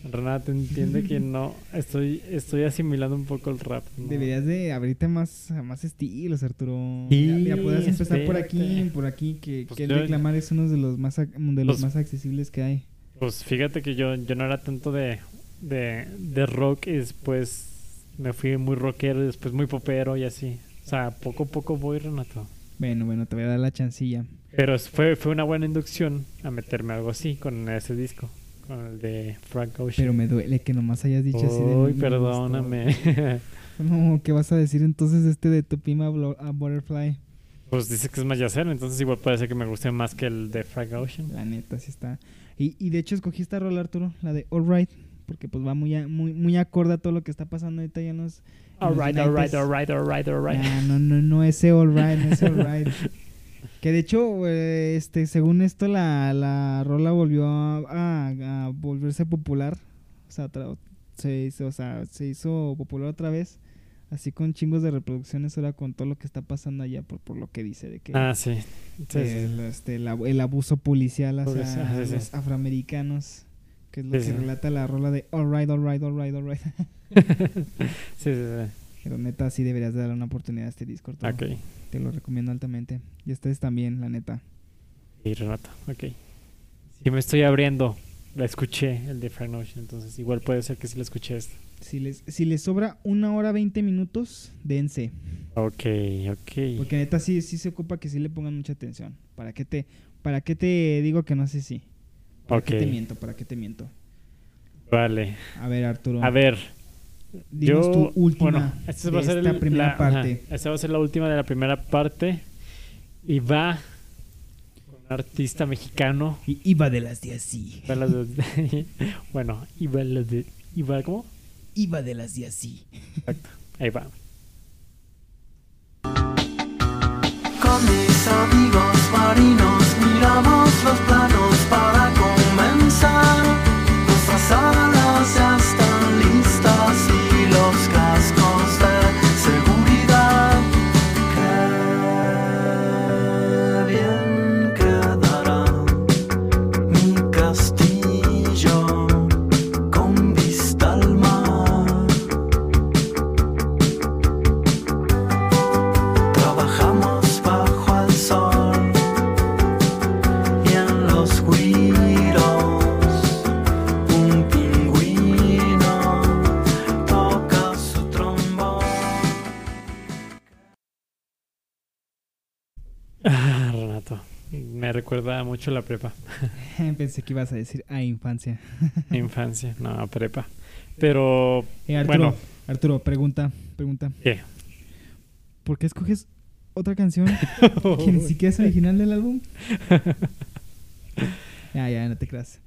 A: Renata entiende que no. Estoy, estoy asimilando un poco el rap. ¿no?
B: Deberías de abrirte más a más estilos, Arturo.
A: Sí,
B: ya, ya puedes empezar por aquí,
A: espérate.
B: por aquí, que,
A: Pues
B: que el
A: yo- Pues
B: reclamar es uno de los más ac- de los
A: Los-
B: más accesibles que hay.
A: Pues fíjate que yo, yo no era tanto de, de, de rock y después me fui muy rockero y después muy popero y así. O sea, poco a poco voy, Renato.
B: Bueno, bueno, te voy a dar la chancilla.
A: Pero es- fue, fue una buena inducción a meterme algo así con ese disco, con el de Frank
B: Pero
A: Ocean.
B: me duele que nomás hayas dicho así de
A: Uy,
B: no,
A: perdóname.
B: No, ¿qué vas a decir entonces de este de tu prima Blo- a Butterfly?
A: pues dice que es más yacer, entonces igual puede ser que me guste más que el de Frank Ocean.
B: La neta, sí está. Y, y de hecho escogí esta rola, Arturo, la de All Right, porque pues va muy, a- muy, muy acorde a todo lo que está pasando ahorita ya en los... en los
A: Alright, alright,
B: 90s.
A: alright, alright, alright.
B: Nah, pues, no, no, no, ese All Right, no ese All Right. que de hecho, eh, este, según esto, la, la rola volvió a, a- a volverse popular. O sea, tra- se hizo, o sea, se hizo popular otra vez. Así con chingos de reproducciones ahora con todo lo que está pasando allá, por, por lo que dice de que...
A: Ah, sí. Sí, sí.
B: el, este, el abu- el abuso policial hacia
A: Pobreza, ajá, sí, sí.
B: los afroamericanos, que es lo
A: Sí,
B: que
A: sí.
B: relata la rola de All Right, All Right, All Right, All Right.
A: sí, sí, sí.
B: Pero neta, sí deberías de darle una oportunidad a este Discord.
A: Ok.
B: Te lo recomiendo altamente. Y ustedes también, la neta.
A: Y Renata, ok. Si me estoy abriendo, la escuché, el de Frank Ocean, entonces igual puede ser que sí la escuché esta.
B: Si les, si les sobra una hora 20 minutos, dense.
A: Ok, ok.
B: Porque neta, sí, sí se ocupa que sí le pongan mucha atención. ¿Para qué te, para qué te digo que no sé si? ¿Para qué te
A: Ok.
B: miento? ¿Para qué te miento?
A: Vale.
B: A ver, Arturo.
A: A ver,
B: dinos
A: yo.
B: tu última.
A: bueno, esta va a
B: de
A: ser
B: esta
A: el-
B: primera
A: la, ajá,
B: parte.
A: esta va a ser la última de la primera parte. Y va con un artista mexicano.
B: Y iba de las de así.
A: Va la de- bueno, iba la de. Iba, ¿Cómo?
B: Iba de las de así.
A: Exacto. Ahí va.
C: Con mis amigos marinos miramos los planos para comenzar. Nuestras alas ya están listas y los cascos de seguridad. Qué bien quedará mi castillo con vista al mar. Trabajamos bajo el sol y en los guiros un pingüino toca su trombón.
A: Ah, Renato. Me recuerda mucho la prepa.
B: Pensé que ibas a decir a infancia.
A: Mi infancia, no, prepa. Pero,
B: Eh, Arturo,
A: Bueno.
B: Arturo, pregunta, pregunta.
A: ¿qué?
B: ¿Por qué escoges otra canción que ni siquiera es original del álbum? Ya, ya, no te creas.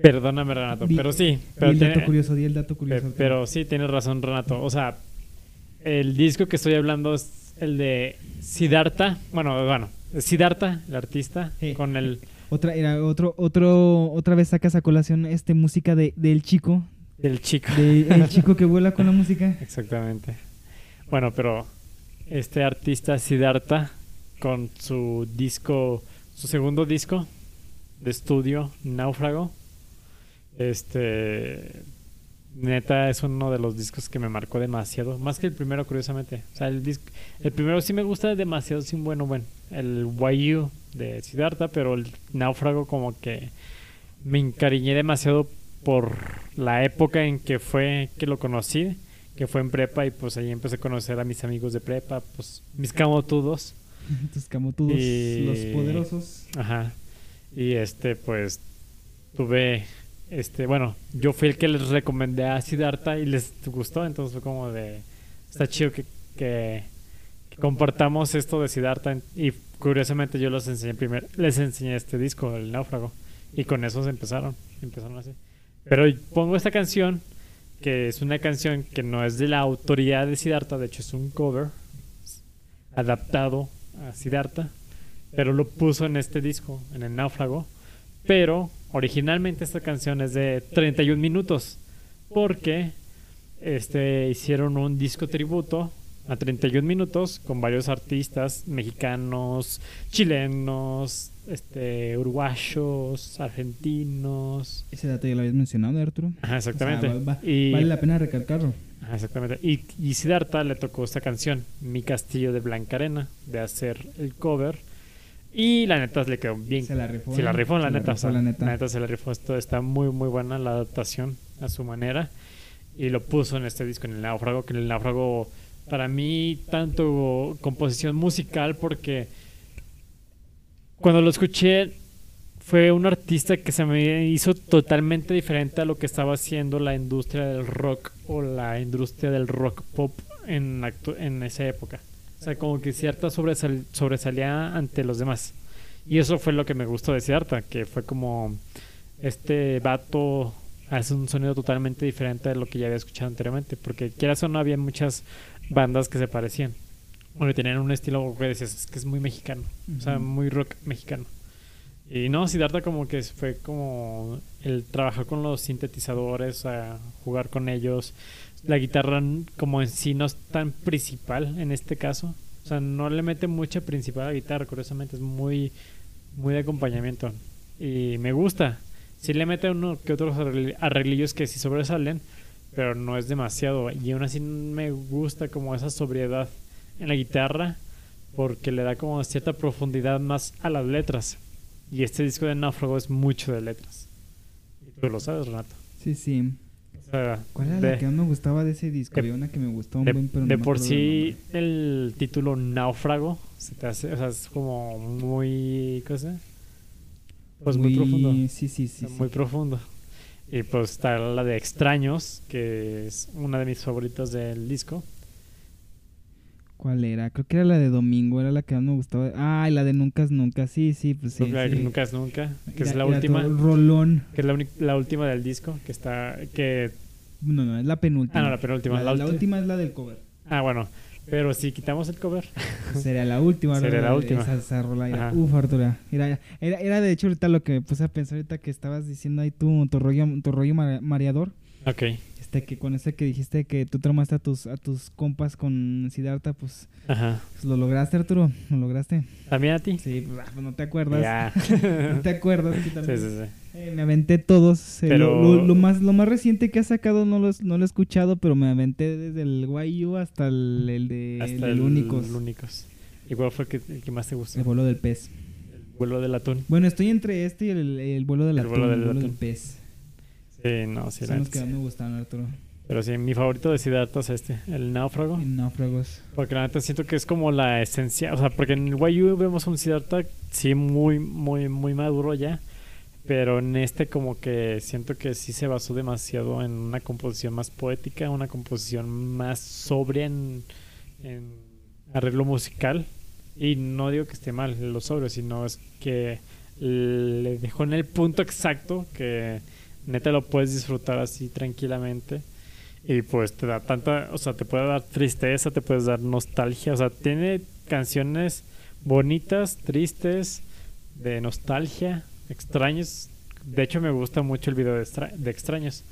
A: Perdóname, Renato,
B: Di-
A: Ah, pero sí.
B: Pero
A: Pero,
B: el dato
A: tiene-
B: curioso, di el dato
A: pe-
B: curioso.
A: pero sí, tienes razón, Renato. O sea, el disco que estoy hablando es el de Siddhartha. Bueno, bueno, Siddhartha, el artista,
B: Sí.
A: con el
B: otra, era otro, otro, otra vez sacas a colación este música de, del chico,
A: el chico.
B: de- el chico que vuela con la música.
A: Exactamente. Bueno, pero este artista Siddhartha, con su disco, su segundo disco de estudio, Náufrago, este, neta es uno de los discos que me marcó demasiado, más que el primero, curiosamente. O sea, el, disc- el primero sí me gusta demasiado, sí, bueno, bueno, el YU de Siddhartha, pero el Náufrago como que me encariñé demasiado por la época en que fue que lo conocí, que fue en prepa y pues ahí empecé a conocer a mis amigos de prepa, pues mis camotudos.
B: Tus camotudos,
A: Y-
B: los poderosos.
A: Ajá. Y este pues tuve este, bueno, yo fui el que les recomendé a Siddhartha y les gustó, entonces fue como de está chido que, que- que compartamos esto de Siddhartha y curiosamente yo los enseñé primero, les enseñé este disco, El Náufrago, y con eso se empezaron, empezaron así. Pero pongo esta canción, que es una canción que no es de la autoridad de Siddhartha, de hecho es un cover adaptado a Siddhartha, pero lo puso en este disco, en el náufrago. Pero originalmente esta canción es de 31 minutos, porque este, hicieron un disco tributo a 31 minutos con varios artistas mexicanos, chilenos, este, uruguayos, argentinos.
B: Ese dato ya lo habías mencionado, ¿eh, Arturo.
A: Ajá,
B: O sea,
A: exactamente.
B: va- va-
A: y,
B: Vale la pena recalcarlo.
A: ajá, Ah, exactamente. Y, y Siddhartha le tocó esta canción, Mi Castillo de Blanca Arena, de hacer el cover. Y la neta le quedó bien.
B: Se la rifó.
A: Se la rifó, la
B: Se
A: neta. o
B: rifó,
A: sea,
B: la neta.
A: se la rifó. Esto está muy, muy buena la adaptación a su manera. Y lo puso en este disco, en El Náufrago, que en El Náufrago, para mí, tanto composición musical, porque cuando lo escuché, fue un artista que se me hizo totalmente diferente a lo que estaba haciendo la industria del rock o la industria del rock pop en, actu- en esa época. O sea, como que cierta sobresal- sobresalía ante los demás. Y eso fue lo que me gustó de Siddhartha, que fue como este vato hace un sonido totalmente diferente de lo que ya había escuchado anteriormente, porque quieras o no había muchas bandas que se parecían. O que tenían un estilo que decías, es que es muy mexicano, o sea,
B: Ujú.
A: muy rock mexicano. Y no, Siddhartha como que fue como el trabajar con los sintetizadores, a jugar con ellos. La guitarra n- como en sí no es tan principal en este caso. O sea, no le mete mucha principal a la guitarra, curiosamente es muy, muy de acompañamiento. Y me gusta. Sí le mete uno que otros arregli- arreglillos que sí sobresalen, pero no es demasiado. Y aún así me gusta como esa sobriedad en la guitarra porque le da como cierta profundidad más a las letras. Y este disco de Náufrago es mucho de letras. Y tú lo sabes, Renato.
B: Sí, sí.
A: O sea,
B: ¿Cuál era la
A: de,
B: que más me gustaba de ese disco?
A: de-
B: Había una que me gustó un
A: de-
B: buen, pero no
A: de
B: me
A: por
B: acuerdo del
A: sí
B: nombre.
A: el título Náufrago se te hace, o sea, es como muy, ¿qué sé? Pues muy, profundo.
B: Sí, sí, sí.
A: Está
B: sí.
A: muy profundo. Y pues está la de Extraños, que es una de mis favoritas del disco.
B: ¿Cuál era? Creo que era la de Domingo, era la que más me gustaba. Ah, y la de Nunca es Nunca, sí, sí, pues sí.
A: Creo que la
B: sí.
A: de Nunca es Nunca, que
B: Era-
A: es la
B: era
A: última.
B: todo rolón.
A: Que es la, uni- la última del disco, que está... que
B: No, no, es la penúltima.
A: Ah, no, la penúltima,
B: La,
A: la
B: la
A: ulti-
B: última es la del cover.
A: Ah, bueno. Pero si quitamos el cover.
B: Sería la última.
A: Sería
B: rola,
A: la última.
B: Esa, esa rola era,
A: Ajá.
B: uf, Artura. Era, era, era de hecho ahorita lo que me puse a pensar ahorita que estabas diciendo ahí tu, tu rollo, tu rollo mare- mareador.
A: Ok.
B: Este, que con ese que dijiste que tú tramaste a tus, a tus compas con Siddhartha, pues,
A: Ajá.
B: pues, lo lograste, Arturo. Lo lograste.
A: ¿También a ti?
B: Sí, pues, ah, pues, no te acuerdas.
A: Ya.
B: No te acuerdas. que
A: sí,
B: también-
A: sí, sí.
B: Eh, me aventé todos. eh,
A: Pero-
B: lo, lo- lo más, lo más reciente que ha sacado no lo, es- no lo he escuchado, pero me aventé desde el YU hasta el, el de el
A: Hasta
B: del
A: el
B: Únicos.
A: el Únicos. ¿Y cuál fue el que, el que más te gustó?
B: El vuelo del pez.
A: El vuelo del atún.
B: Bueno, estoy entre este y el, el vuelo del
A: El
B: atún,
A: vuelo del
B: el vuelo del
A: atún.
B: pez.
A: Sí, no, sí, la
B: Son los que
A: neta,
B: más
A: sí.
B: me gustaron, Arturo.
A: Pero sí, mi favorito de Siddhartha es este, el náufrago.
B: En náufragos.
A: Porque la neta siento que es como la esencia. O sea, porque en el YU vemos un Siddhartha, sí, muy, muy, muy maduro ya. Pero en este, como que siento que sí se basó demasiado en una composición más poética, una composición más sobria en, en arreglo musical. Y no digo que esté mal lo sobrio, sino es que le dejó en el punto exacto que neta lo puedes disfrutar así tranquilamente. Y pues te da tanta, o sea, te puede dar tristeza, te puedes dar nostalgia, o sea, tiene canciones bonitas, tristes, de nostalgia, extraños. De hecho, me gusta mucho el video de, extra- de extraños.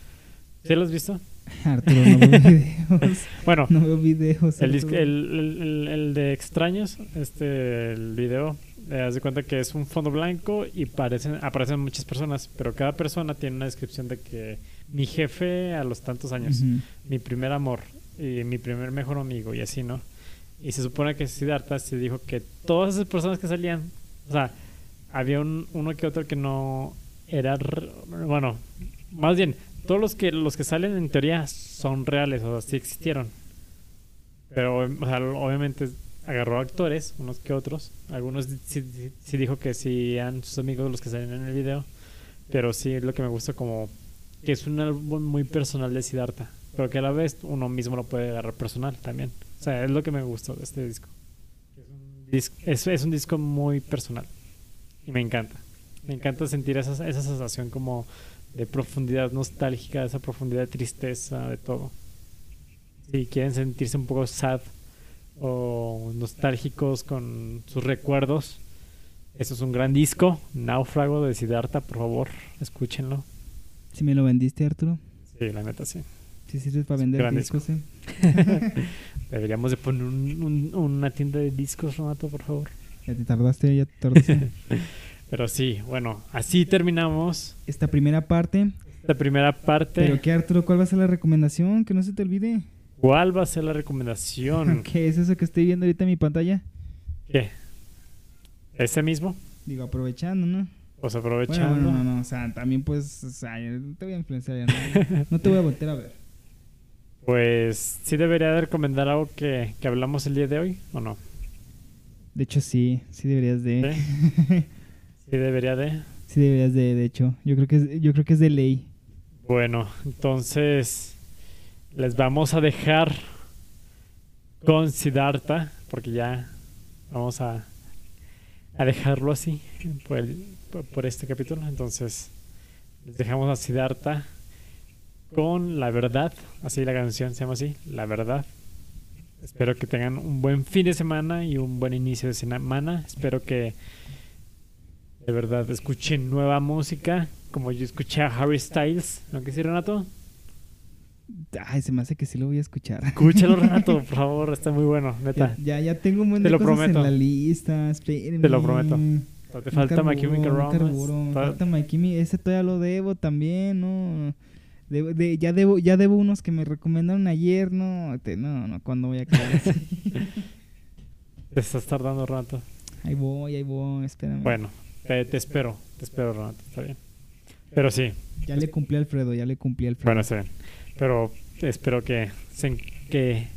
A: ¿Sí lo has visto?
B: Arturo, no veo videos.
A: Bueno,
B: No veo videos.
A: el, disc-
B: Arturo.
A: el- el- el- el de extraños, este, el video, eh, haz de cuenta que es un fondo blanco y parecen, aparecen muchas personas, pero cada persona tiene una descripción de que mi jefe a los tantos años
B: Ujú.
A: mi primer amor y mi primer mejor amigo y así, ¿no? Y se supone que Siddhartha se dijo que todas esas personas que salían, o sea, había un- uno que otro que no era, r- bueno, más bien, todos los que, los que salen en teoría son reales, o sea, sí existieron. Pero, o sea, obviamente agarró actores, unos que otros. Algunos sí, sí- sí dijo que sí eran sus amigos los que salen en el video. Pero sí, es lo que me gusta como que es un álbum muy personal de Siddhartha, pero que a la vez uno mismo lo puede agarrar personal también. O sea, es lo que me gustó de este disco. Es un disco, es, es un disco muy personal y me encanta. Me encanta sentir esa, esa sensación como de profundidad nostálgica, esa profundidad de tristeza, de todo. Si quieren sentirse un poco sad o nostálgicos con sus recuerdos, eso es un gran disco, Náufrago de Siddhartha, por favor, escúchenlo.
B: Si me lo vendiste, Arturo.
A: Sí, la neta sí.
B: Si sirves para vender
A: gran
B: discos, eh.
A: Deberíamos de poner un- un- una tienda de discos, Renato, por favor.
B: Ya te tardaste, ya te tardaste.
A: Pero sí, bueno, así terminamos
B: Esta primera parte.
A: la primera parte.
B: Pero que Arturo, ¿cuál va a ser la recomendación? Que no se te olvide.
A: ¿Cuál va a ser la recomendación?
B: ¿Qué es eso que estoy viendo ahorita en mi pantalla?
A: ¿Qué? ¿Ese mismo?
B: Digo, aprovechando, ¿no?
A: Pues
B: Bueno,
A: aprovechando.
B: bueno, no, no, o sea, también pues, o sea, yo no te voy a influenciar, ya, no, no te voy a voltear a ver.
A: Pues sí debería de recomendar algo que, que hablamos el día de hoy, ¿o no?
B: De hecho, sí, sí deberías de.
A: Sí debería de.
B: Sí deberías de, de hecho. Yo creo que es, yo creo que es de ley.
A: Bueno, entonces les vamos a dejar con Siddhartha, porque ya vamos a, a dejarlo así por, el- por- por este capítulo. Entonces les dejamos a Siddhartha con La Verdad, así la canción se llama así, La Verdad. Espero que tengan un buen fin de semana y un buen inicio de semana. Espero que de verdad escuchen nueva música, como yo escuché a Harry Styles. ¿No que sí, Renato?
B: Ay, se me hace que sí lo voy a escuchar.
A: Escúchalo, Renato, por favor, está muy bueno, neta.
B: Ya, ya, ya tengo un buen
A: Te
B: de
A: lo
B: cosas
A: prometo.
B: en la lista. espérenme.
A: Te lo prometo.
B: Un
A: Te falta My
B: carburo,
A: Chemical
B: un
A: Romance,
B: carburo,
A: pues. fa-
B: Falta My Chemi- Ese todavía lo debo también, ¿no? Debo- de- ya, debo, ya debo unos que me recomendaron ayer, ¿no? Te- no, no, ¿cuándo voy a acabar así?
A: Te estás tardando, Renato.
B: ahí voy, ahí voy, espérame.
A: Bueno, te, te espero, te espero, Renato, está bien. Pero sí,
B: Ya le cumplí a Alfredo, ya le cumplí a Alfredo.
A: bueno, está bien. Pero espero que se, en- que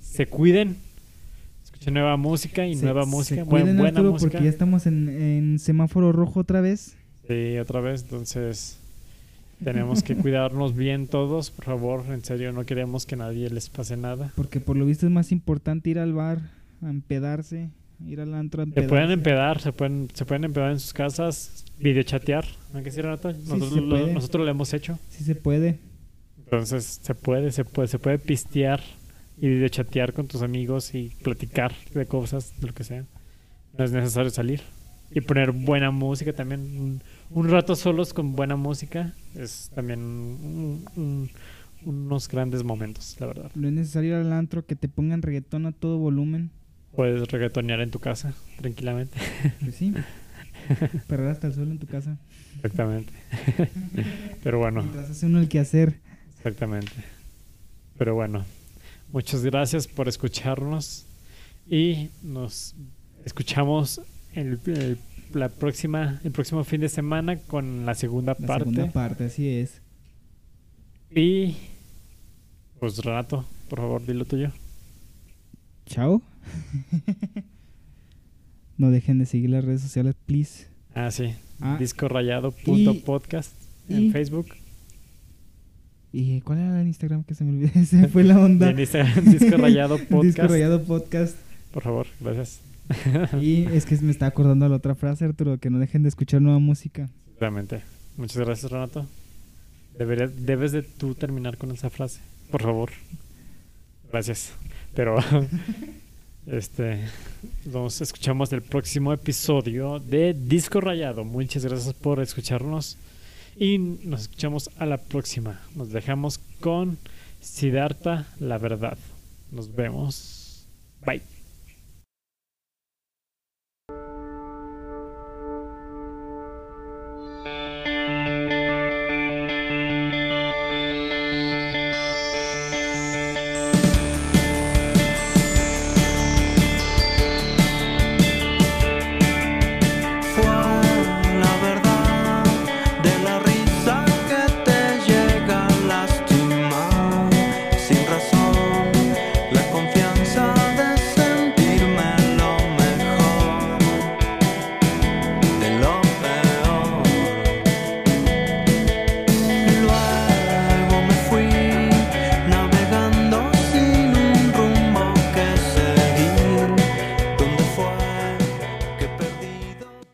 A: se cuiden, escuchen nueva música y
B: Se-
A: nueva
B: se
A: música, buen-
B: cuiden,
A: buena
B: Arturo,
A: música.
B: porque ya estamos en, en semáforo rojo otra vez.
A: Sí, otra vez, entonces tenemos que cuidarnos bien todos, por favor, en serio, no queremos que nadie les pase nada.
B: Porque por lo visto es más importante ir al bar a empedarse, ir al antro a
A: Se
B: empedarse.
A: pueden empedar, se pueden, se pueden empedar en sus casas, videochatear, ¿no que sí, Renato? Nosotros,
B: se
A: lo-
B: puede.
A: nosotros lo hemos hecho.
B: Sí se puede.
A: Entonces se puede, se puede, se puede pistear y videochatear con tus amigos y platicar de cosas, de lo que sea. No es necesario salir. Y poner buena música también. Un, un rato solos con buena música es también un- un- unos grandes momentos, la verdad.
B: No es necesario ir al antro que te pongan reggaetón a todo volumen.
A: Puedes reggaetonear en tu casa tranquilamente.
B: Pues sí. Perrar hasta el suelo en tu casa.
A: Exactamente. Pero bueno.
B: Mientras hace uno el quehacer.
A: Exactamente. Pero bueno, muchas gracias por escucharnos y nos escuchamos el, el- la próxima, el próximo fin de semana con la segunda
B: La
A: parte.
B: segunda parte, así es.
A: Y pues Renato, por favor, dilo tuyo.
B: Chao. no dejen de seguir las redes sociales, please.
A: Ah, sí.
B: Ah, y-
A: Discorrayado.podcast en
B: y-
A: Facebook.
B: ¿Y cuál era el Instagram que se me olvidó? Se me fue la onda.
A: Y en Instagram, Disco Rayado
B: Disco
A: Podcast.
B: Rayado Podcast.
A: Por favor, gracias.
B: Y es que me está acordando la otra frase, Arturo, que no dejen de escuchar nueva música.
A: Exactamente. Muchas gracias, Renato. Deberías- debes de tú terminar con esa frase, por favor. Gracias. Pero este nos escuchamos el próximo episodio de Disco Rayado. Muchas gracias por escucharnos y nos escuchamos a la próxima. Nos dejamos con Siddhartha, la verdad. Nos vemos. Bye.